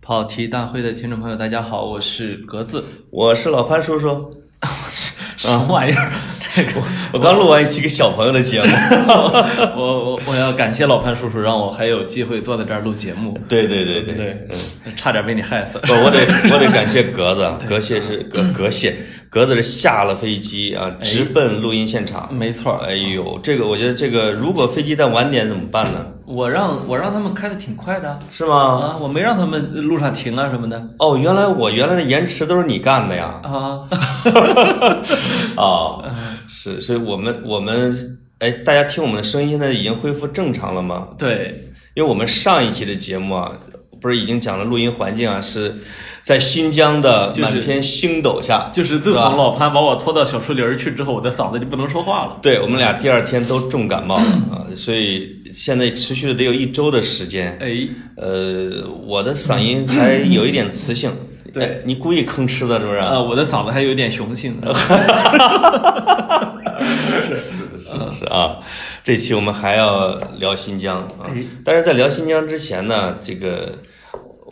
跑题大会的听众朋友，大家好，我是格子，我是老潘叔叔。什么玩意儿？这个我刚录完一期给小朋友的节目。我我我要感谢老潘叔叔，让我还有机会坐在这儿录节目。 对对对对对，差点被你害死。不，我 得我得感谢格子，啊格谢是格格谢，格子是下了飞机啊，直奔录音现场。没错儿，哎呦，这个我觉得这个，如果飞机再晚点怎么办呢？我让我让他们开的挺快的是吗？啊，我没让他们路上停啊什么的哦，原来我原来的延迟都是你干的呀！啊。 哦，是，所以我们我们哎，大家听我们的声音现在已经恢复正常了吗？对，因为我们上一期的节目啊，不是已经讲了录音环境啊，是在新疆的就是满天星斗下。就是自从是吧老潘把我拖到小树林儿去之后，我的嗓子就不能说话 了。对我们俩第二天都重感冒 了啊，所以现在持续了得有一周的时间。哎，呃，我的嗓音还有一点磁性。对哎，你故意吭哧的，是不是？啊，我的嗓子还有点雄性。是啊，这期我们还要聊新疆啊哎。但是在聊新疆之前呢，这个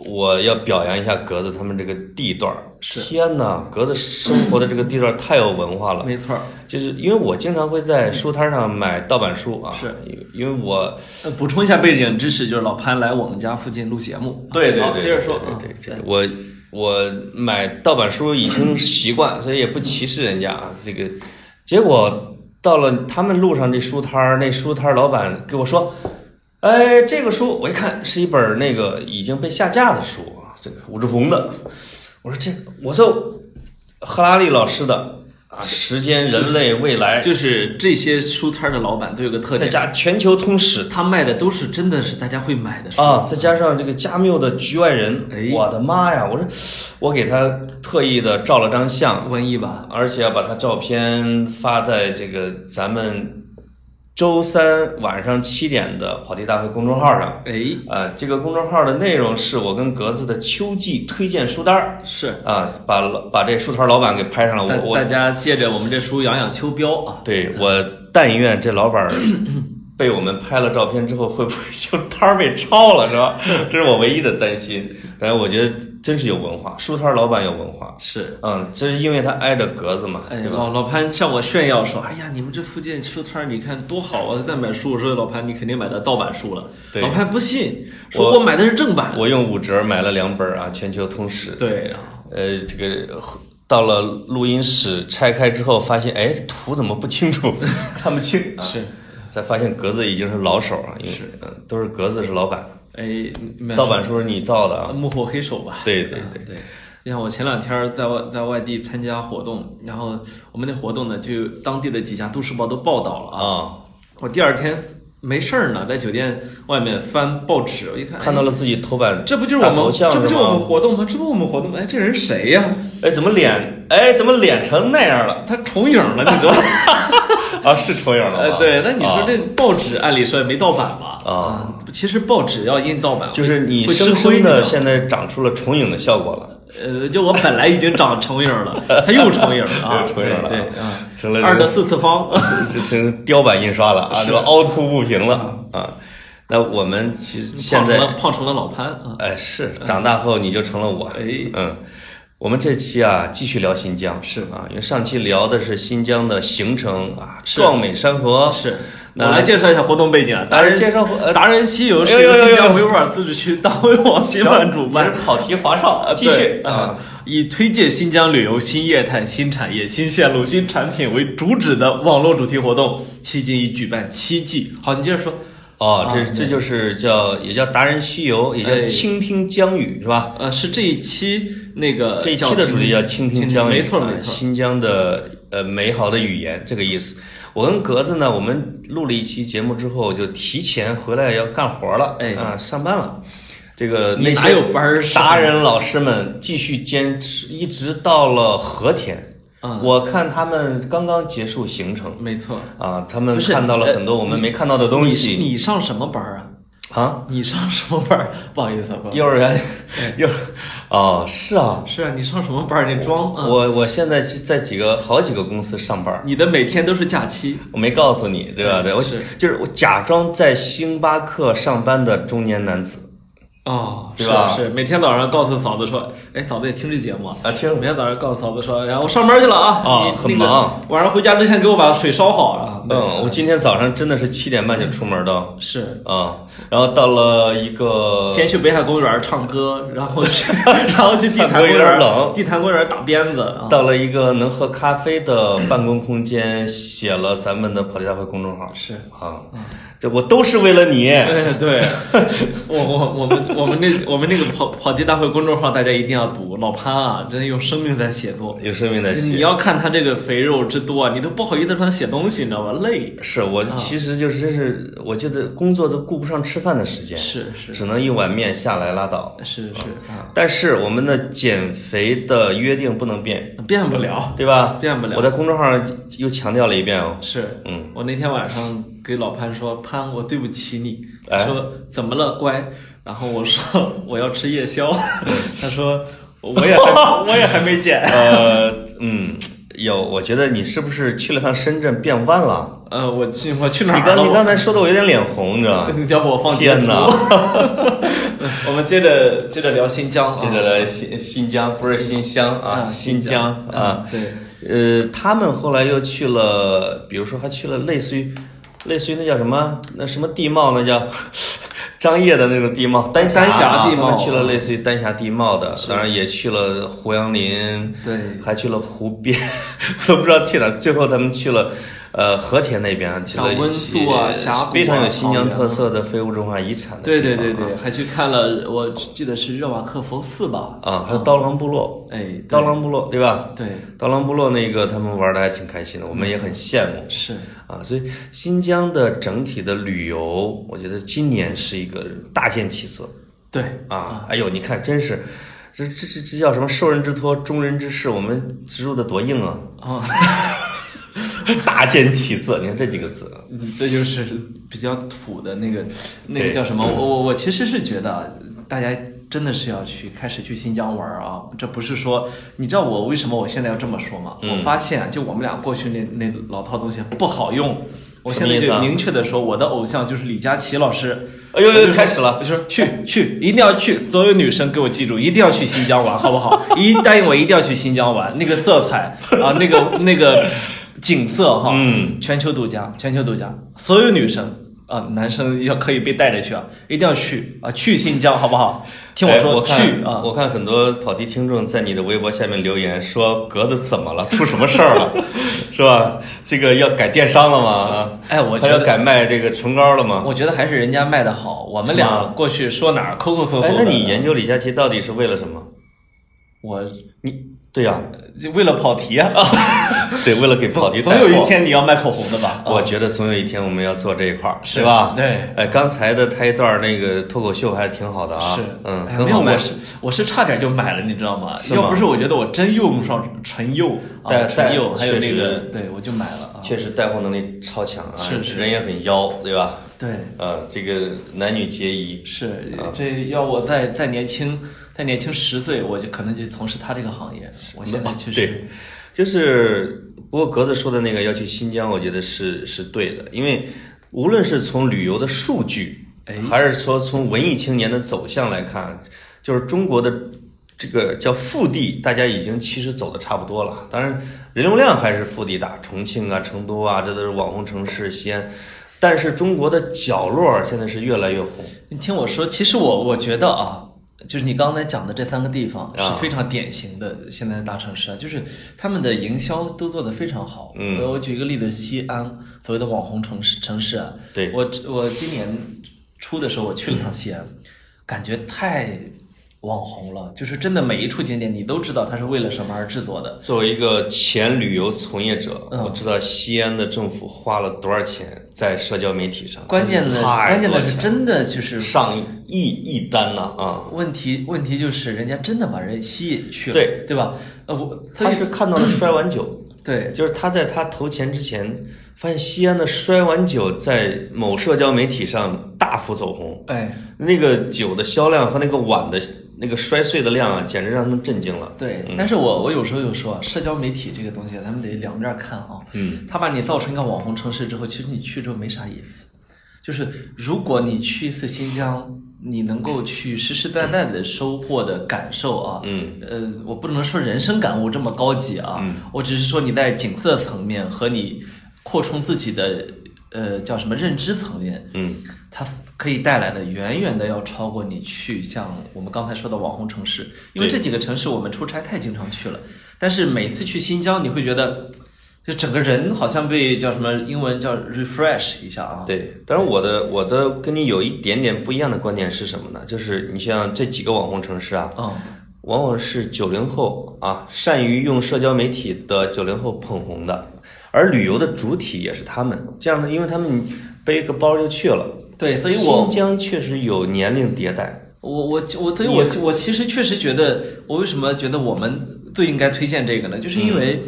我要表扬一下格子他们这个地段儿。是天哪，格子生活的这个地段儿太有文化了。没错儿，就是因为我经常会在书摊上买盗版书啊，是因，因为我呃补充一下背景知识，就是老潘来我们家附近录节目。对对好对，接着说。对啊对对，对我我买盗版书已经习惯，所以也不歧视人家啊。这个结果到了他们路上这书摊儿，那书摊儿老板给我说：“哎，这个书我一看是一本那个已经被下架的书，啊，这个武志红的。”我说这我说赫拉利老师的啊，《时间、人类、未来》就是这些书摊儿的老板都有个特再点，加《全球通史》。他卖的都是真的是大家会买的书。啊，再加上这个加缪的《局外人》哎我的妈呀！我说，我给他特意的照了张相，文艺吧，而且要把他照片发在这个咱们周三晚上七点的跑题大会公众号上。哎，啊，这个公众号的内容是我跟格子的秋季推荐书单儿是，啊，把老把这书摊老板给拍上了。大我大我家借着我们这书养养秋膘啊。对我但愿这老板儿被我们拍了照片之后，会不会就摊儿被抄了，是吧？这是我唯一的担心。但是我觉得真是有文化，书摊儿老板有文化。是，嗯，这是因为他挨着格子嘛，哎，对吧？老老潘向我炫耀说：“哎呀，你们这附近书摊儿，你看多好啊！在买书。”我说：“老潘，你肯定买的盗版书了。”对老潘不信，说我我买的是正版。我用五折买了两本儿啊，《全球通史》。对，然后呃，这个到了录音室拆开之后，发现哎，图怎么不清楚， 看不清啊。是，才发现格子已经是老手了，因为嗯都是格子是老板，哎，买盗版书是你造的呃啊。幕后黑手吧？对对对。对对你看，我前两天儿在外在外地参加活动，然后我们那活动呢，就当地的几家都市报都报道了啊。啊。我第二天没事儿呢，在酒店外面翻报纸，我一看，看到了自己头版哎，这不就是我大头们，像这不是就是我们吗？活动吗？这不我们活动吗？哎，这人谁呀、哎，怎么脸？哎，怎么脸成那样了？他重影了， 你知道吗？啊，是重影了吗呃，对，那你说啊这报纸按理说也没盗版吧？啊，其实报纸要印盗版，就是你会吃生亏生的的现在长出了重影的效果了，呃，就我本来已经长重影了，它又重影了啊， 又重影了啊对对啊，成了二这的个四次方，是是是雕版印刷了啊，是这个凹凸不平了啊。那我们其实现胖成了在，胖成了老潘啊，哎，是长大后你就成了我，哎，嗯。我们这期啊，继续聊新疆，是啊，因为上期聊的是新疆的行程啊，是壮美山河，是。那我来介绍一下活动背景啊，达当然人介绍呃，达人西游是哎呦由呦呦新疆呦维吾尔自治区 大胃王新办主办也，是跑题华少，继对续啊，以推介新疆旅游、新业态、新产业、新线路、新产品为主旨的网络主题活动，迄今已举办七季。好，你接着说。哦，这啊这就是叫也叫达人西游，也哎叫倾听疆语，是吧？呃，是这一期那个这一期的主啊题叫倾听疆语，没错啊没错。新疆的呃美好的语言这个意思。我跟格子呢，我们录了一期节目之后，就提前回来要干活了，哎啊，上班了。这个你那哪些有班儿上达人老师们继续坚持，一直到了和田。嗯我看他们刚刚结束行程没错，啊，他们不是看到了呃很多我们没看到的东你是西你上什么班儿啊？啊。你上什么班儿？不好意思啊，不好意思。幼儿园， 幼儿哦，是啊，是啊，你上什么班儿？你装啊！我我现在是在几个好几个公司上班，你的每天都是假期。我没告诉嗯你，对吧？对，我是就是我假装在星巴克上班的中年男子，哦，对吧是是，每天早上告诉嫂子说，哎，嫂子也听这节目啊。啊，听每天早上告诉嫂子说，然后我上班去了啊，啊你很那个忙晚上回家之前给我把水烧好啊。对嗯，我今天早上真的是七点半就出门的啊、是然后到了一个先去北海公园唱歌， 然后 去然后去地坛公唱歌有点园冷地坛公园打鞭子啊。到了一个能喝咖啡的办公空间，写了咱们的跑题大会公众号是，啊，这我都是为了你，哎， 对，我我我们我们那我们那个跑跑题大会公众号，大家一定要读。老潘啊，真的用生命在写作。有生命在你写。要看他这个肥肉之多啊，你都不好意思让他写东西，你知道吧？累。是我啊其实就是真是，我觉得工作都顾不上吃饭的时间，是是只能一碗面下来拉倒。是是啊，但是我们的减肥的约定不能变，变不了，对吧？变不啊我了。在公众号上又强调了一遍哦，是，嗯，我那天晚上给老潘说，潘，我对不起你。他哎说怎么了，乖？然后我说 我要吃夜 宵。他说我也还我也还没 减。呃，嗯，有，我觉得你是不是去了趟深圳变弯了？呃，我去我去你哪儿了？刚你刚才说的我有点脸红，你知道吗？你要不我放截天图？哪！ 我们接着接着聊新疆啊，接着来新新疆，不是新乡啊，啊，新疆啊，啊，对，呃，他们后来又去了，比如说还去了类似于，类似于那叫什么，那什么地貌，那叫 张掖的那种地貌，丹哦丹霞霞啊地貌他们去了类似于丹霞地貌的，当然也去了胡杨林，对，还去了湖边， 我都不知道去哪儿。最后他们去了，呃，和田那边，去了像温一些宿啊峡谷啊非常有新疆草原啊特色的非物质文化遗产的对地对方对啊对，还去看了，我记得是热瓦克佛寺吧？啊，还有刀郎部落，哎，刀郎部落对吧？对，刀郎部落那个他们玩的还挺开心的，我们也很羡慕是啊。所以新疆的整体的旅游，我觉得今年是一个大见起色对，啊！哎呦，你看，真是。这这这这叫什么？受人之托，忠人之事。我们植入的多硬 啊！啊，大见起色，你看这几个字，啊嗯这就是比较土的那个那对嗯个叫什么？我我我其实是觉得啊大家。真的是要去开始去新疆玩啊！这不是说，你知道我为什么我现在要这么说嗯吗？我发现啊就我们俩过去那那老套东西不好用，我什现么在意思啊就明确的说，我的偶像就是李佳琦老师。哎呦呦我就说开始了我就说去去，一定要去！所有女生给我记住，一定要去新疆玩，好不好？一答应我，一定要去新疆玩。那个色彩啊，那个那个景色哈，嗯，全球独家，全球独家。所有女生啊，男生要可以被带着去啊，一定要去啊，去新疆好不好？听我哎说，我看去啊！我看很多跑题听众在你的微博下面留言说：“格子怎么了？出什么事儿了？ 是吧？这个要改电商了吗？啊，哎，我觉还要得。改卖这个唇膏了吗？”我觉得还是人家卖的好，我们是俩吗过去说哪儿抠抠搜搜哎，的。那你研究李佳琦到底是为了什么？我对呀、就为了跑题啊，对，为 了给跑题总带有一货。天你要卖口红的吧？我觉得总有一天我们要做这一块儿，对吧？对。哎，刚才的他一段那个脱口秀还是挺好的啊，是，嗯，哎很没有，好卖我。是我是差点就买了，你知道吗？是吗要不是我觉得我真用不上唇釉带啊，唇釉带还有那确个实，对我就买了啊。确实带货能力超强啊，是是人也很妖，对啊吧？对，呃，这个男女皆宜，是这要我再再年轻再年轻十岁，我就可能就从事他这个行业。我现在确对实就是不过格子说的那个要去新疆，我觉得是是对的，因为无论是从旅游的数据，还是说从文艺青年的走向来看，就是中国的这个叫腹地，大家已经其实走的差不多了。当然，人流量还是腹地大，重庆啊、成都啊，这都是网红城市，西安。但是中国的角落现在是越来越红，你听我说，其实我我觉得啊，就是你刚才讲的这三个地方啊是非常典型的现在的大城市啊，就是他们的营销都做得非常好。呃嗯我我举一个例子，西安所谓的网红城市城市啊，对，我我今年初的时候我去了趟西安，感觉太网红了，就是真的每一处景点你都知道它是为了什么而制作的。作为一个前旅游从业者，嗯我知道西安的政府花了多少钱在社交媒体上，关键的真是是太关键的多是钱真的就是上亿亿单呢啊！问题问题就是人家真的把人吸引去了，对对吧？呃，我所他以是 看到了摔碗酒，对就是他在他投钱之前，发现西安的摔碗酒在某社交媒体上大幅走红，哎那个酒的销量和那个碗的那个摔碎的量啊，简直让他们震惊了。嗯对，但是我我有时候又说，社交媒体这个东西，咱们得两面看啊。嗯，他把你造成一个网红城市之后，其实你去之后没啥意思。就是如果你去一次新疆，你能够去实实在在的收获的感受啊，嗯，呃，我不能说人生感悟这么高级啊，嗯我只是说你在景色层面和你扩充自己的呃叫什么认知层面，嗯，它可以带来的远远的要超过你去像我们刚才说的网红城市，因为对这几个城市我们出差太经常去了，但是每次去新疆，你会觉得就整个人好像被叫什么英文叫 refresh 一下啊，对，但是我的我的跟你有一点点不一样的观点是什么呢？就是你像这几个网红城市啊，嗯，往往是九零后啊，善于用社交媒体的九零后捧红的，而旅游的主体也是他们。这样的，因为他们背个包就去了。嗯对，所以新我疆确实有年龄迭代，我我我，所以我我其实确实觉得，我为什么觉得我们最应该推荐这个呢？就是因为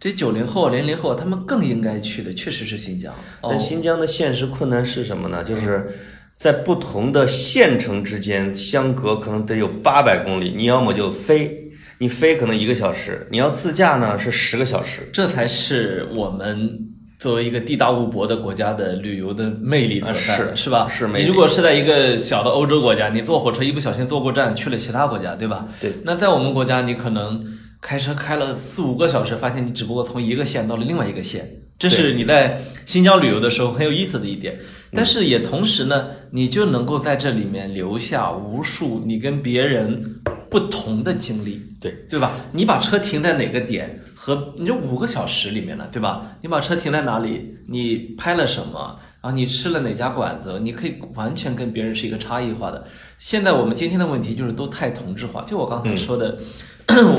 这九零后、零零后，他们更应该去的确实是新疆。哦但，新疆的现实困难是什么呢？就是在不同的县城之间相隔可能得有八百公里，你要么就飞，你飞可能一个小时，你要自驾呢是十个小时。这才是我们作为一个地大物博的国家的旅游的魅力所在，啊是是吧？是魅力你如果是在一个小的欧洲国家，你坐火车一不小心坐过站去了其他国家，对吧？对。那在我们国家，你可能开车开了四五个小时，发现你只不过从一个县到了另外一个县，这是你在新疆旅游的时候很有意思的一嗯点。但是也同时呢，你就能够在这里面留下无数你跟别人不同的经历。对，对吧？你把车停在哪个点和你这五个小时里面呢，对吧？你把车停在哪里？你拍了什么？然后你吃了哪家馆子？你可以完全跟别人是一个差异化的。现在我们今天的问题就是都太同质化，就我刚才说的，嗯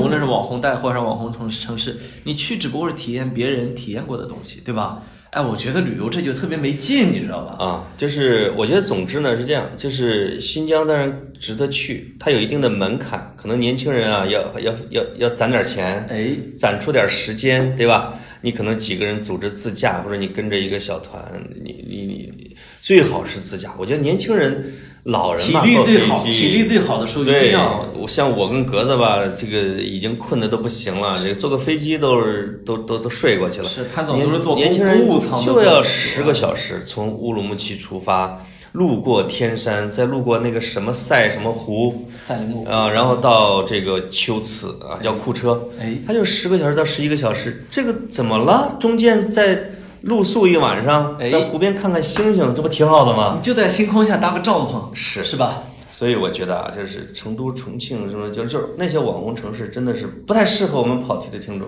无论是网红带货还是网红城城市，你去只不过是体验别人体验过的东西，对吧？哎，我觉得旅游这就特别没劲，你知道吧？啊，就是我觉得总之呢是这样，就是新疆当然值得去，它有一定的门槛，可能年轻人啊要要要要攒点钱，哎，攒出点时间，对吧？你可能几个人组织自驾，或者你跟着一个小团，你你你最好是自驾。我觉得年轻人、老人哎体嘛，力坐最飞好，机体力最好的时候一定对要，我像我跟格子吧，这个已经困得都不行了，这个坐个飞机都是都都都睡过去了。是潘总都是坐年年轻公人务舱的就要坐嗯十个小时，从乌鲁木齐出发，路过天山，再路过那个什么塞什么湖赛铃木，啊、然后到这个丘次啊，叫库车，哎，它就十个小时到十一个小时，这个怎么了？中间再露宿一晚上，哎在湖边看看星星，这不挺好的吗？你啊就在星空下搭个帐篷，是是吧？所以我觉得啊，就是成都、重庆什么，就是就是那些网红城市，真的是不太适合我们跑题的听众。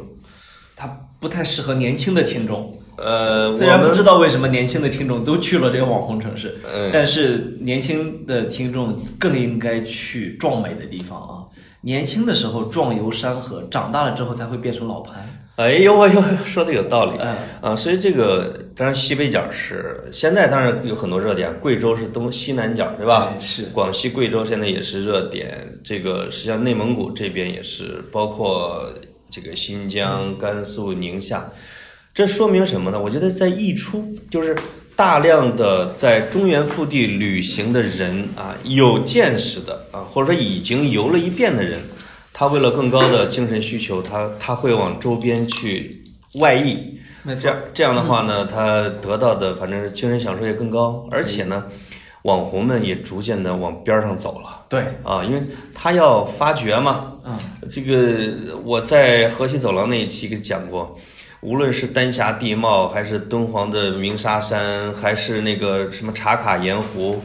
它不太适合年轻的听众。呃，虽我然不们知道为什么年轻的听众都去了这个网红城市，嗯但是年轻的听众更应该去壮美的地方啊！年轻的时候壮游山河，长大了之后才会变成老潘。哎呦哎呦，说的有 道理嗯，啊。所以这个当然西北角是现在当然有很多热点，贵州是东西南角对吧？哎是广西、贵州现在也是热点，这个实际上内蒙古这边也是，包括这个新疆、甘肃、宁夏，这说明什么呢？我觉得在溢出，就是大量的在中原腹地旅行的人啊，有见识的啊，或者说已经游了一遍的人，他为了更高的精神需求，他他会往周边去外溢。没这样这样的话呢，他得到的反正是精神享受也更高，而且呢，网红们也逐渐的往边儿上走了对，啊，因为他要发掘嘛。嗯，这个我在河西走廊那一期给讲过，无论是丹霞地貌，还是敦煌的鸣沙山，还是那个什么茶卡盐湖，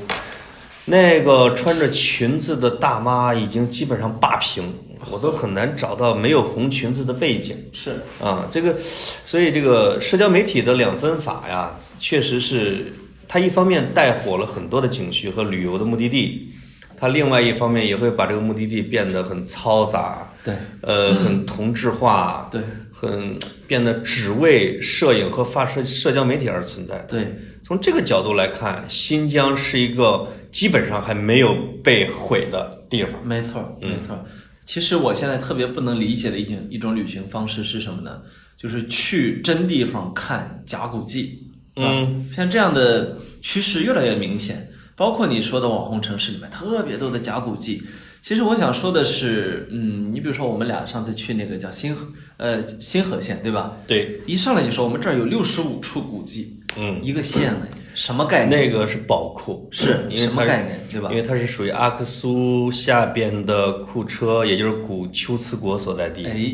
那个穿着裙子的大妈已经基本上霸屏，我都很难找到没有红裙子的背景。是啊，这个，所以这个社交媒体的两分法呀，确实是它一方面带火了很多的景区和旅游的目的地，它另外一方面也会把这个目的地变得很嘈杂，对呃，很同质化，对很变得只为摄影和发社社交媒体而存在的。对，从这个角度来看，新疆是一个基本上还没有被毁的地方。没错儿，嗯没错儿。其实我现在特别不能理解的一种一种旅行方式是什么呢？就是去真地方看假古迹。嗯，像这样的趋势越来越明显，包括你说的网红城市里面特别多的假古迹。其实我想说的是，嗯，你比如说我们俩上次去那个叫新河，呃，新河县，对吧？对，一上来就说我们这儿有六十五处古迹，嗯，一个县嘞，什么概念？那个是宝库，是因为什么它概念？对吧因？为它是属于阿克苏下边的库车，也就是古丘兹国所在地，哎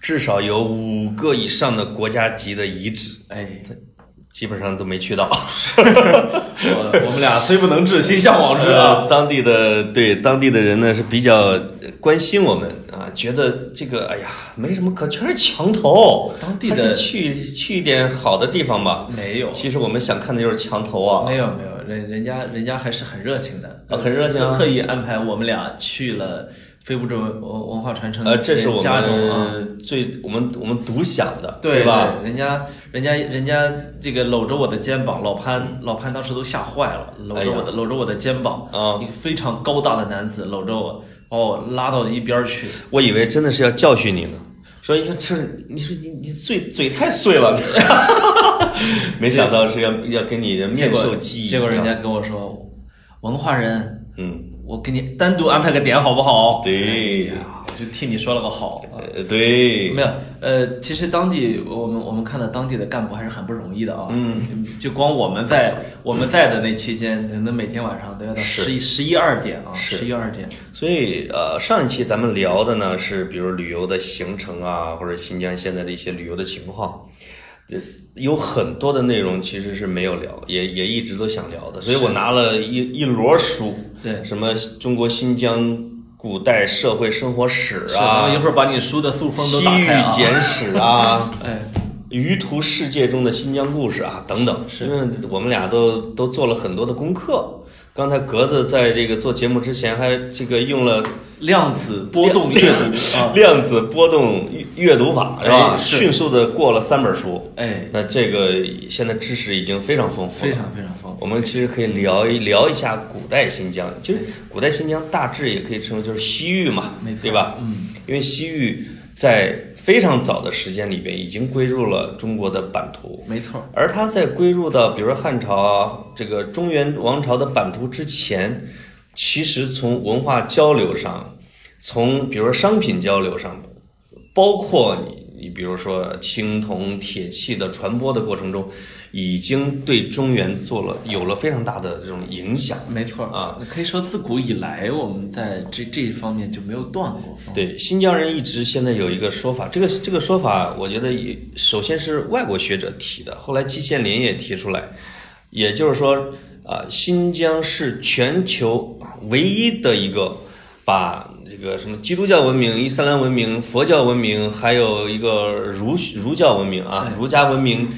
至少有五个以上的国家级的遗址，哎，基本上都没去到。 哎 我我们俩虽不能至，心向往之啊。呃，当地的对当地的人呢是比较呃关心我们啊，觉得这个哎呀没什么可，全是墙头，当地还的是去去一点好的地方吧。没有，其实我们想看的就是墙头啊，没有，没有，人人家人家还是很热情的，啊很热情啊特意安排我们俩去了非物质文文化传承呃，这是人我家中啊。们最我们我们独享的，对吧？？人家人家人家这个搂着我的肩膀，老潘老潘当时都吓坏了，搂哎着呀我的、搂着我的肩膀，啊一个非常高大的男子搂着我，把我拉到一边儿去。我以为真的是要教训你呢，说一个这，你说你你嘴嘴太碎了， 没想到是要要跟你结面果授机宜，结果人家跟我说，文化人，嗯，我给你单独安排个点好不好？对呀啊我就替你说了个好。啊呃对，没有，呃，其实当地我们我们看到当地的干部还是很不容易的啊。嗯，就光我们 在我们在的那期间，可能每天晚上都要到是十一十一二点啊，是十一二点。所以呃，上一期咱们聊的呢是比如旅游的行程啊，或者新疆现在的一些旅游的情况，呃有很多的内容其实是没有聊，也也一直都想聊的，所以我拿了一一摞书，对，什么中国新疆古代社会生活史是，咱啊，们一会儿把你书的塑封都西打域开啊。简史啊， 哎，舆图世界中的新疆故事啊，等等，因为我们俩都都做了很多的功课。刚才格子在这个做节目之前，还这个用了量子波动阅读啊，量子波动阅阅读法，是吧？哎是迅速的过了三本书，哎，那这个现在知识已经非常丰富非了。常非常丰富。我们其实可以聊一聊一下古代新疆，其实古代新疆大致也可以称为就是西域嘛没，错对吧？嗯，因为西域在非常早的时间里边已经归入了中国的版图，没错，而它在归入到比如说汉朝啊这个中原王朝的版图之前，其实从文化交流上，从比如说商品交流上，包括你你比如说青铜、铁器的传播的过程中，已经对中原做了有了非常大的这种影响。没错啊，可以说自古以来我们在这这一方面就没有断过。对，新疆人一直现在有一个说法，这个这个说法，我觉得也首先是外国学者提的，后来季羡林也提出来，也就是说，啊、新疆是全球唯一的一个把这个什么基督教文明、伊斯兰文明、佛教文明，还有一个儒儒教文明啊哎，儒家文明。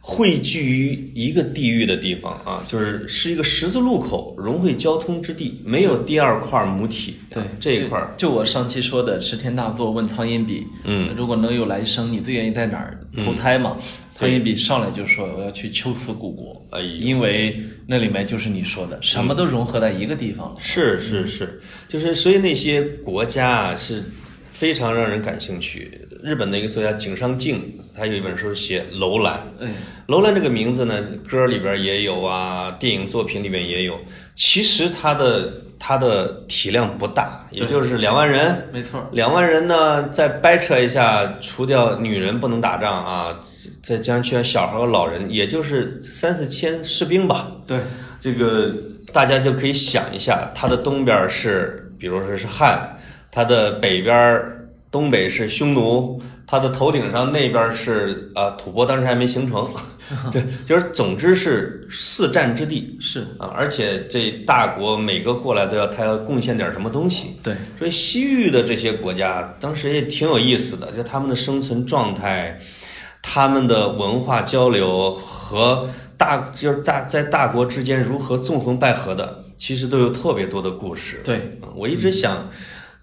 汇聚于一个地域的地方啊，就是是一个十字路口，融汇交通之地，没有第二块母体。啊对这一块儿，就，就我上期说的，池田大作问汤因比，嗯，如果能有来生，你最愿意在哪儿投胎嘛？汤因比上来就说我要去秋瓷古国，哎呦嗯因为那里面就是你说的，什么都融合在一个地方了。是是是，就是所以那些国家啊是非常让人感兴趣。日本的一个作家井上靖，他有一本书写楼兰，哎，楼兰这个名字呢，歌里边也有啊，电影作品里面也有。其实它的它的体量不大，也就是两万人。没错儿，两万人呢，再掰扯一下，除掉女人不能打仗啊，再加上小孩和老人，也就是三四千士兵吧。对，这个大家就可以想一下，它的东边儿是，比如说是汉，它的北边儿东北是匈奴，它的头顶上那边儿是啊吐蕃，当时还没形成， 就就是总之是四战之地是，啊，而且这大国每个过来都要他要贡献点什么东西。对，所以西域的这些国家当时也挺有意思的，就他们的生存状态、他们的文化交流和大就是大在大国之间如何纵横捭阖的，其实都有特别多的故事。对，嗯我一直想，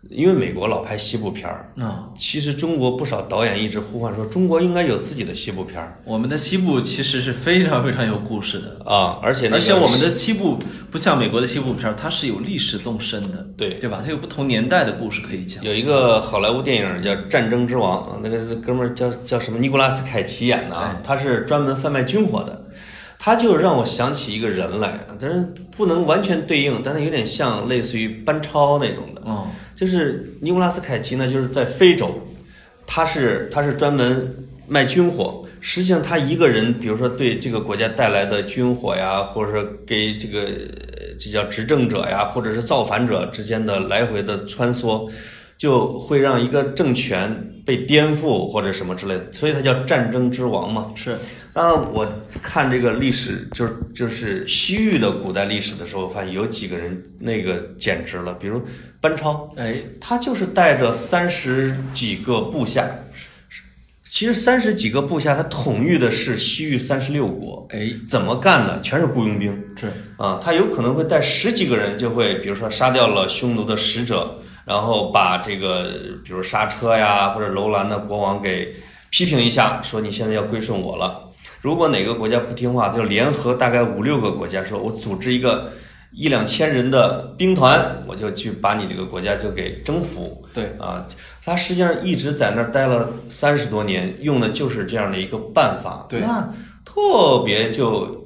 因为美国老拍西部片儿，那其实中国不少导演一直呼唤说，中国应该有自己的西部片儿我们的西部其实是非常非常有故事的。啊，而且那个而且我们的西部不像美国的西部片儿，它是有历史纵深的，对对吧？它有不同年代的故事可以讲。有一个好莱坞电影叫《战争之王》，啊，那个哥们儿叫叫什么尼古拉斯凯奇演的啊哎，他是专门贩卖军火的，他就让我想起一个人来，但是不能完全对应，但是有点像类似于班超那种的，嗯，就是尼古拉斯凯奇呢，就是在非洲，他是他是专门卖军火，实际上他一个人，比如说对这个国家带来的军火呀，或者说给这个呃这叫执政者呀，或者是造反者之间的来回的穿梭，就会让一个政权被颠覆或者什么之类的，所以它叫战争之王嘛。是当然，我看这个历史，就是就是西域的古代历史的时候，我发现有几个人那个简直了，比如班超，哎，他就是带着三十几个部下，其实三十几个部下，他统御的是西域三十六国，哎，怎么干的？全是雇佣兵是啊，他有可能会带十几个人，就会比如说杀掉了匈奴的使者，然后把这个比如刹车呀或者楼兰的国王给批评一下，说你现在要归顺我了。如果哪个国家不听话，就联合大概五六个国家，说我组织一个一两千人的兵团，我就去把你这个国家就给征服。对啊，他实际上一直在那儿待了三十多年，用的就是这样的一个办法。对那特别就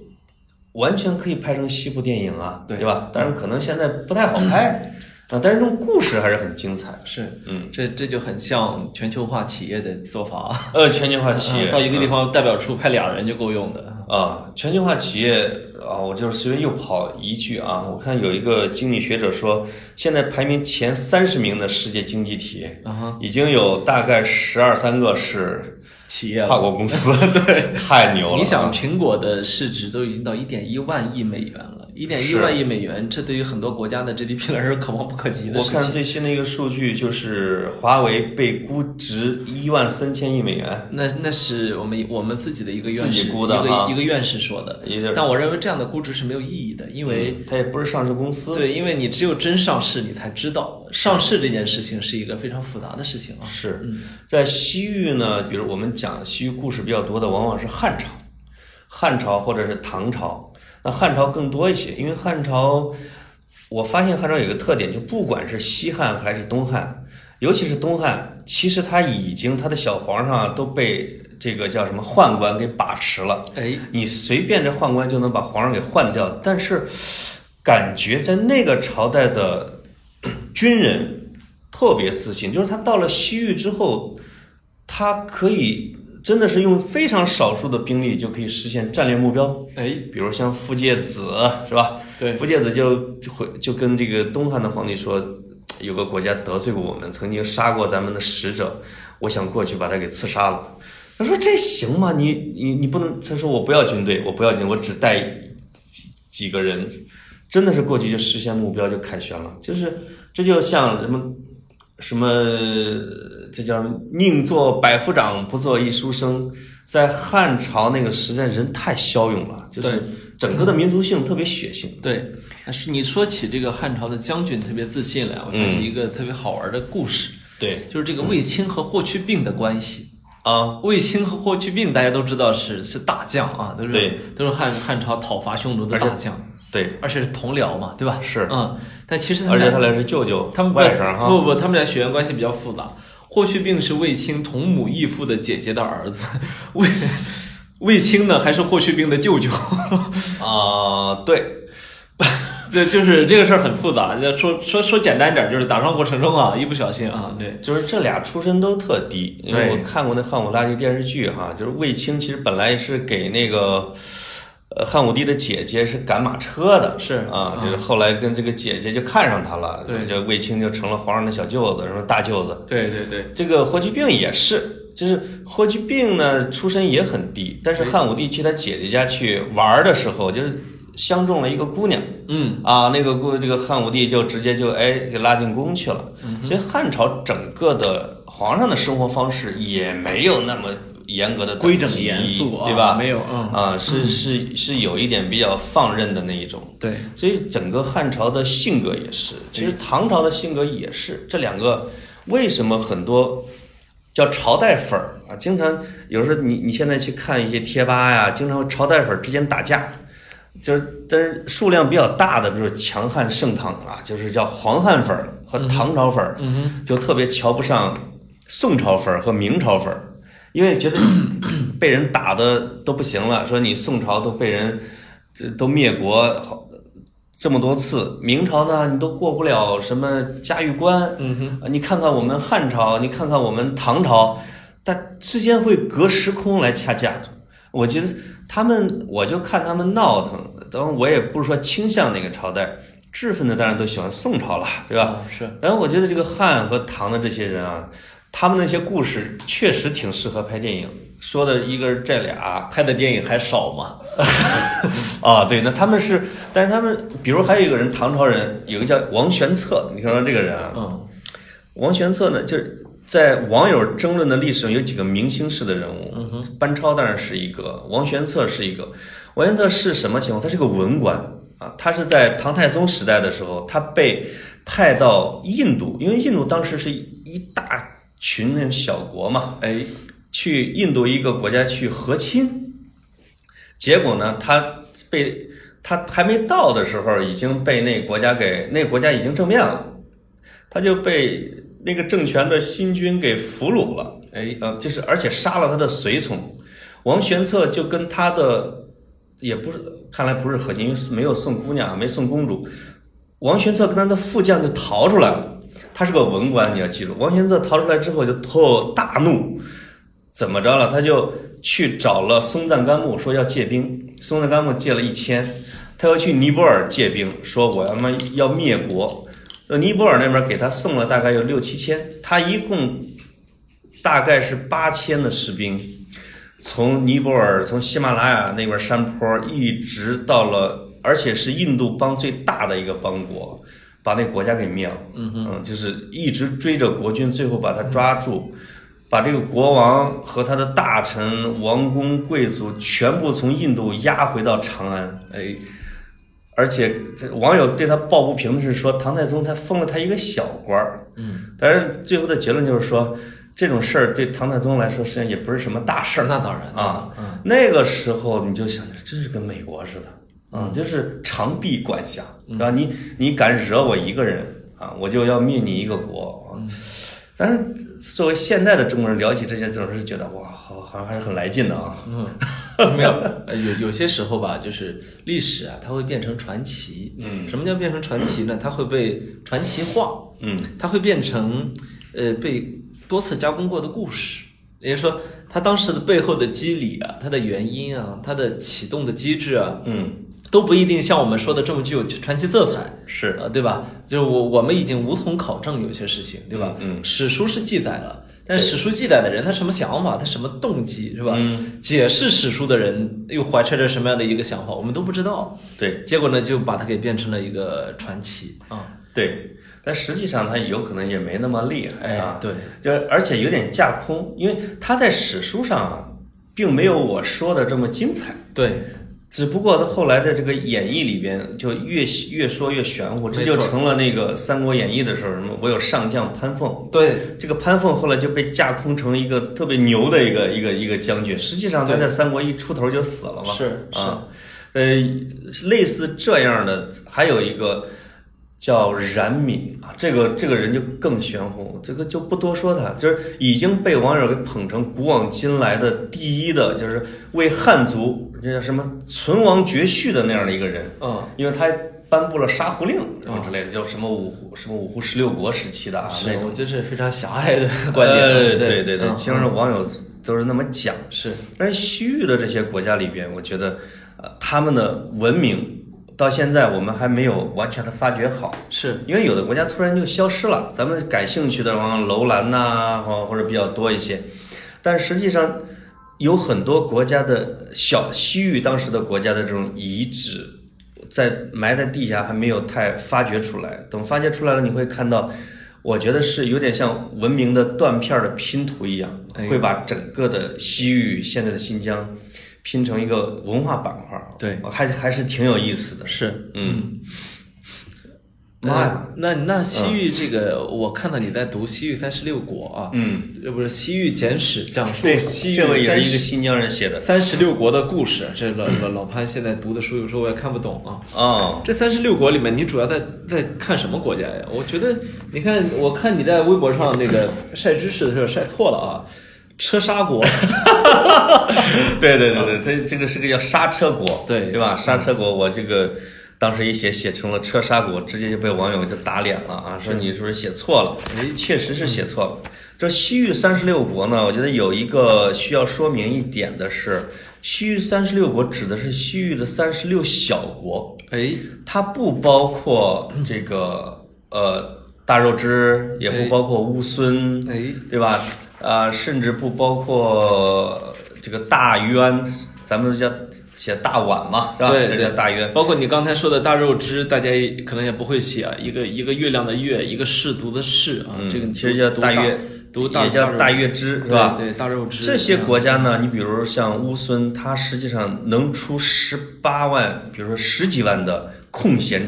完全可以拍成西部电影啊，对吧？但是可能现在不太好 拍，啊，但是这种故事还是很精彩。是，嗯，这这就很像全球化企业的做法啊，呃，全球化企业、啊 到一个地嗯方代表处派俩人就够用的。啊，全球化企业啊，我就是随便又跑一句啊，我看有一个经济学者说，现在排名前三十名的世界经济体，啊哈，已经有大概十二三个是企业了跨国公司， 对，太牛了。你想，，苹果的市值都已经到一点一万亿美元了，一点一是万亿美元，这对于很多国家的 GDP 来说可望不可及的我事看情。最新的一个数据就是华为被估值一万三千亿美元，那那是我们我们自己的一个院士，自己估的啊一个一个院士说的。也就是嗯但我认为这样的估值是没有意义的，因为、它也不是上市公司，对，因为你只有真上市，你才知道上市这件事情是一个非常复杂的事情啊。是在西域呢，比如我们讲西域故事比较多的，往往是汉朝、汉朝或者是唐朝。那汉朝更多一些，因为汉朝，我发现汉朝有一个特点，就不管是西汉还是东汉，尤其是东汉，其实他已经他的小皇上啊都被这个叫什么宦官给把持了。哎，你随便这宦官就能把皇上给换掉，但是感觉在那个朝代的 军人特别自信，就是他到了西域之后，他可以真的是用非常少数的兵力就可以实现战略目标，哎，比如像傅介子是吧？对，傅介子就就回就跟这个东汉的皇帝说。有个国家得罪过我们，曾经杀过咱们的使者，我想过去把他给刺杀了。他说这行吗？你你你不能。他说我不要军队，我不要军，我只带几几个人，真的是过去就实现目标就凯旋了，就是这就像什么什么这叫宁做百夫长，不做一书生。在汉朝那个时代，人太骁勇了，就是整个的民族性特别血性。对，那是你说起这个汉朝的将军特别自信来，我想嗯起一个特别好玩的故事，对就是这个卫青和霍去病的关系。啊，卫青和霍去病，大家都知道是是大将啊，都是对都是汉汉朝讨伐匈奴的大将，对，而且是同僚嘛，对吧？是嗯，但其实他们而且俩他俩是舅舅他们外甥哈。不不，他们俩血缘关系比较复杂。霍去病是卫青同母异父的姐姐的儿子，卫卫青呢还是霍去病的舅舅，啊、对，这就是这个事儿很复杂。这说说说简单点儿，就是打仗过程中啊，一不小心啊，对，就是这俩出身都特低，因为对我看过那汉武大帝电视剧哈，就是卫青其实本来是给那个。呃，汉武帝的姐姐是赶马车的，是啊，嗯就是后来跟这个姐姐就看上他了，对就卫青就成了皇上的小舅子，什么大舅子，对对对，这个霍去病也是，就是霍去病呢出身也很低，但是对汉武帝去他姐姐家去玩儿的时候，就是相中了一个姑娘，嗯，啊，那个姑这个汉武帝就直接就哎给拉进宫去了，嗯所以汉朝整个的皇上的生活方式也没有那么严格的规整等级严肃啊，对吧？没有，嗯，啊，是是是有一点比较放任的那一种。对，所以整个汉朝的性格也是，其实唐朝的性格也是。这两个为什么很多叫朝代粉儿啊？经常有时候你你现在去看一些贴吧呀，经常会朝代粉儿之间打架，就是但是数量比较大的，比如说强汉盛唐啊，就是叫黄汉粉儿和唐朝粉儿，就特别瞧不上宋朝粉儿和明朝粉儿。因为觉得 被人打的都不行了，说你宋朝都被人这都灭国好这么多次，明朝呢你都过不了什么嘉峪关，嗯哼，啊你看看我们汉朝，你看看我们唐朝，但之间会隔时空来掐架。我觉得他们，我就看他们闹腾。当然，我也不是说倾向哪个朝代，智分的当然都喜欢宋朝了，对啊吧？是然后我觉得这个汉和唐的这些人啊，他们那些故事确实挺适合拍电影。说的一个是这俩拍的电影还少吗？啊，对，那他们是，但是他们，比如还有一个人，唐朝人，有个叫王玄策，你听说这个人啊？嗯，王玄策呢，就是在网友争论的历史上有几个明星式的人物，班超当然是一个，王玄策是一个。王玄策是什么情况？他是个文官啊，他是在唐太宗时代的时候，他被派到印度，因为印度当时是一大群那种小国嘛，哎，去印度一个国家去和亲，结果呢，他被他还没到的时候，已经被那国家给那国家已经政变了，他就被那个政权的新军给俘虏了，哎，呃，就是而且杀了他的随从，王玄策就跟他的也不是看来不是和亲，因为没有送姑娘，没送公主，王玄策跟他的副将就逃出来了。他是个文官，你要记住。王玄策逃出来之后就特大怒，怎么着了？他就去找了松赞干布，说要借兵。松赞干布借了一千，他要去尼泊尔借兵，说我要么要灭国。呃尼泊尔那边给他送了大概有六七千，他一共大概是八千的士兵，从尼泊尔从喜马拉雅那边山坡一直到了，而且是印度邦最大的一个邦国，把那国家给灭了。嗯就是一直追着国军，最后把他抓住。把这个国王和他的大臣、王公贵族全部从印度押回到长安，哎，而且这网友对他抱不平的是说，唐太宗才封了他一个小官儿。嗯，但是最后的结论就是说，这种事儿对唐太宗来说实际上也不是什么大事儿。那当然啊，那个时候你就想，真是跟美国似的啊，就是长臂管辖，然后你你敢惹我一个人啊，我就要灭你一个国。啊但是作为现在的中国人，聊起这些总是觉得哇，好好像还是很来劲的啊。嗯， 没有，呃有有些时候吧，就是历史啊，它会变成传奇。嗯，什么叫变成传奇呢？它会被传奇化。嗯，它会变成呃被多次加工过的故事。也就是说，它当时的背后的机理啊，它的原因啊，它的启动的机制啊，嗯，都不一定像我们说的这么具有传奇色彩。是，呃，对吧？就是我我们已经无从考证有些事情，对吧？嗯史书是记载了，但是史书记载的人他什么想法，他什么动机，是吧？嗯解释史书的人又怀揣着什么样的一个想法，我们都不知道。对结果呢，就把它给变成了一个传奇啊！对。但实际上他有可能也没那么厉害哎，啊，对，就是而且有点架空，因为他在史书上啊，并没有我说的这么精彩。对，只不过他后来在这个演义里边就越越说越玄乎，这没错就成了那个《三国演义》的时候，什么我有上将潘凤，对，这个潘凤后来就被架空成一个特别牛的一个一个一个将军，实际上他对在三国一出头就死了嘛，是是啊，呃，类似这样的还有一个叫冉闵啊，这个这个人就更玄乎，这个就不多说他，就是已经被网友给捧成古往今来的第一的，就是为汉族这叫什么存亡绝续的那样的一个人，啊嗯，因为他颁布了杀胡令什么之类的，叫什么五胡什么五胡十六国时期的啊那啊是种。我这是非常狭隘的观点啊。呃对对对对，嗯经常网友都是那么讲。是但是西域的这些国家里边，我觉得，呃，他们的文明到现在我们还没有完全的发掘好，是，因为有的国家突然就消失了。咱们感兴趣的，往楼兰呐、哦或或者比较多一些，但实际上有很多国家的小西域当时的国家的这种遗址，在埋在地下还没有太发掘出来。等发掘出来了，你会看到。我觉得是有点像文明的断片儿的拼图一样哎，会把整个的西域现在的新疆拼成一个文化板块儿。对还还是挺有意思的。是，嗯，妈呀，呃那那西域这个，我看到你在读《西域三十六国》啊，嗯，这不是《西域简史》，讲述对，西域这位也是一个三新疆人写的三十六国的故事。这老老老潘现在读的书，有时候我也看不懂啊。哦，这三十六国里面，你主要在在看什么国家呀？我觉得，你看，我看你在微博上那个晒知识的时候晒错了啊，车刹国。对对对对，这这个是个叫刹车国，对对吧？刹车国，我这个当时一写写成了车刹国，直接就被网友就打脸了啊，说你是不是写错了？确实是写错了。这西域三十六国呢，我觉得有一个需要说明一点的是，西域三十六国指的是西域的三十六小国，哎，它不包括这个呃大肉支，也哎不包括乌孙，哎对吧？啊，甚至不包括这个大渊，咱们都叫写大碗嘛，是吧？对这对叫大渊。包括你刚才说的大肉汁，大家也可能也不会写啊，一个一个月亮的月，一个氏族的氏啊，嗯这个其实叫读大月，读大也叫大大肉月支，是对吧？对，大肉汁嗯这些国家呢，你比如像乌孙，它实际上能出十八万，比如说十几万的空闲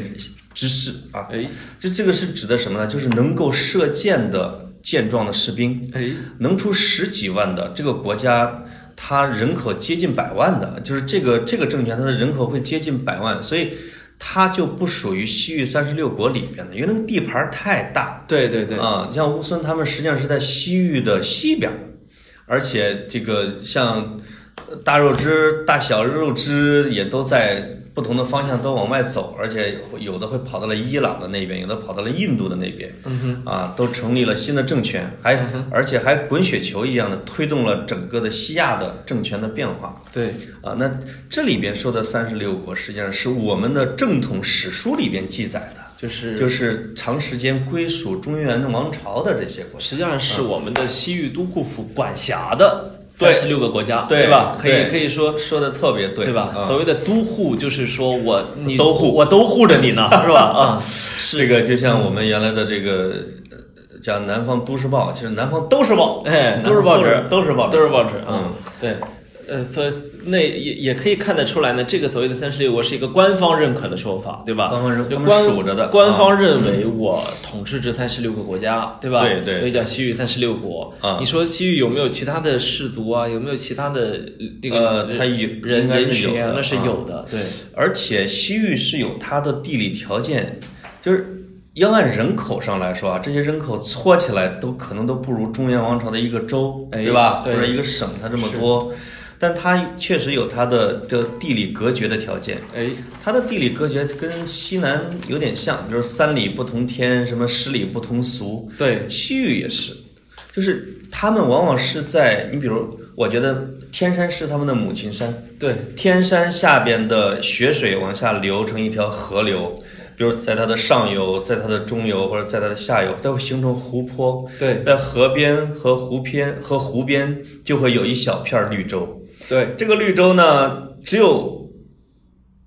之士啊，哎这这个是指的什么呢？就是能够射箭的健壮的士兵，哎能出十几万的这个国家，它人口接近百万的，就是这个这个政权它的人口会接近百万，所以它就不属于西域三十六国里边的，因为那个地盘太大，对对对，啊，像乌孙他们实际上是在西域的西边儿，而且这个像呃大肉支、大小肉支也都在不同的方向都往外走，而且有的会跑到了伊朗的那边，有的跑到了印度的那边，嗯、啊，都成立了新的政权，还、而且还滚雪球一样的推动了整个的西亚的政权的变化。对啊，那这里边说的三十六国，实际上是我们的正统史书里边记载的，就是就是长时间归属中原王朝的这些国家。实际上是我们的西域都护府管辖的三对十六个国家，嗯对吧？可以对可以说。说的特别对，对吧？啊所谓的都护就是说我你都护我都护着你呢，是吧？ 啊，这个就像我们原来的这个呃叫《南方都市报》，其实南方都是报，哎南都方是报纸都是报纸，都是报纸啊嗯。对，呃，所以那也也可以看得出来呢，这个所谓的三十六国是一个官方认可的说法，对吧？官方认就他们官数着的官啊方认为我统治这三十六个国家，对吧？对对所以叫西域三十六国。啊你说西域有没有其他的氏族啊？有没有其他的呃这个呃人它有人应该是人群有啊？的那是啊有的，对，而且西域是有它的地理条件，就是要按人口上来说啊，这些人口搓起来都可能都不如中原王朝的一个州，哎对吧？对或者一个省它这么多，但它确实有它的的地理隔绝的条件。哎，它的地理隔绝跟西南有点像，比如三里不同天，什么十里不同俗。对，西域也是，就是他们往往是在你比如，我觉得天山是他们的母亲山，对，天山下边的雪水往下流成一条河流，比如在它的上游、在它的中游或者在它的下游，它会形成湖泊。对在河边和湖边和湖边就会有一小片绿洲。对，这个绿洲呢，只有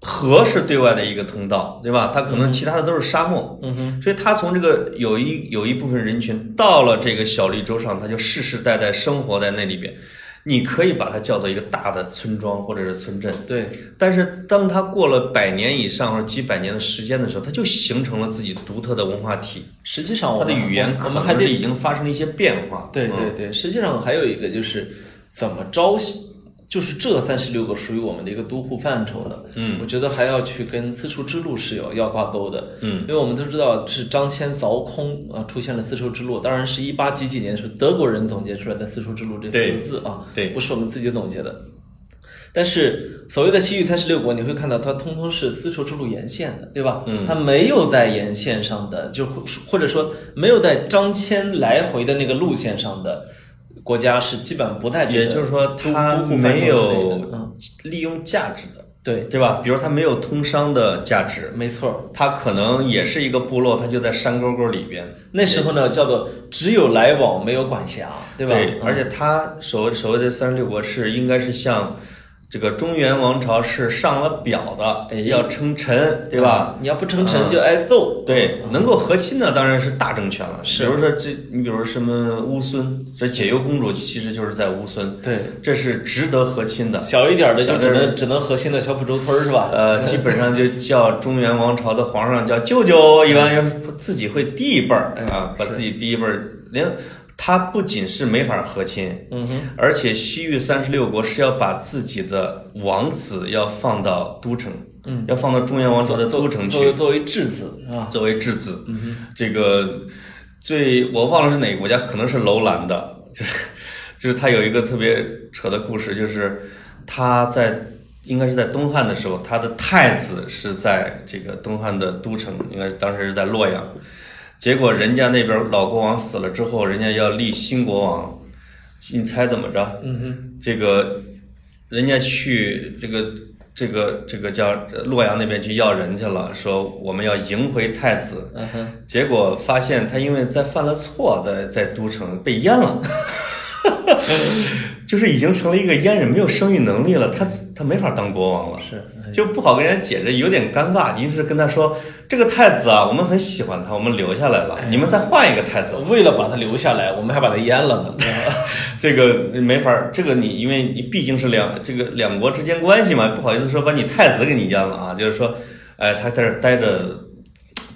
河是对外的一个通道，对吧？它可嗯能其他的都是沙漠。嗯哼。所以它从这个有一有一部分人群到了这个小绿洲上，它就世世代代生活在那里边。你可以把它叫做一个大的村庄或者是村镇，对，但是当它过了百年以上或者几百年的时间的时候，它就形成了自己独特的文化体，实际啊上我它们的语言我可们还能得是已经发生了一些变化。对嗯对对，实际上还有一个就是怎么着，就是这三十六个属于我们的一个都护范畴的。嗯，我觉得还要去跟丝绸之路是有要挂钩的。嗯，因为我们都知道是张骞凿空啊，出现了丝绸之路。当然是一八几几年的时候德国人总结出来的丝绸之路这四个对字啊，对不是我们自己总结的。但是所谓的西域三十六国，你会看到它通通是丝绸之路沿线的，对吧？嗯，它没有在沿线上的，就或或者说没有在张骞来回的那个路线上的国家是基本不在这个也就是说，都它都护范没畴之类的嗯，有利用价值的，对，对吧？比如它没有通商的价值，没错。它可能也是一个部落，它就在山沟沟里边，那时候呢，叫做只有来往没有管辖，对吧？嗯而且它所所谓的三十六国是应该是像这个中原王朝是上了表的，哎要称臣，对嗯吧？？嗯你要不称臣就挨揍。对，能够和亲的当然是大政权了。是比如说这，你比如说什么乌孙，这解忧公主其实就是在乌孙，对，这是值得和亲的。小一点的就只小能只能核心的小浦洲村儿是吧？呃，基本上就叫中原王朝的皇上叫舅舅，一般就是自己会第一辈儿哎啊，把是自己第一辈儿连。他不仅是没法和亲，嗯哼，而且西域三十六国是要把自己的王子要放到都城，嗯，要放到中原王朝的作都城去作为作为质子啊，作为质子，这个最我忘了是哪个国家，可能是楼兰的，就是就是他有一个特别扯的故事，就是他在应该是在东汉的时候，他的太子是在这个东汉的都城，应该是当时是在洛阳，结果人家那边老国王死了之后，人家要立新国王，你猜怎么着？嗯哼，这个人家去这个这个这个叫洛阳那边去要人去了，说我们要迎回太子，嗯哼，结果发现他因为在犯了错，在在都城被阉了， 就是已经成了一个阉人，没有生育能力了，他他没法当国王了。是，哎就不好跟人家解释，有点尴尬。于是跟他说：“这个太子啊，我们很喜欢他，我们留下来了。你们再换一个太子吧，为了把它留下来，我们还把它阉了呢。这个没法儿，这个你因为你毕竟是两这个两国之间关系嘛，不好意思说把你太子给你阉了啊，就是说，哎，他在这儿待着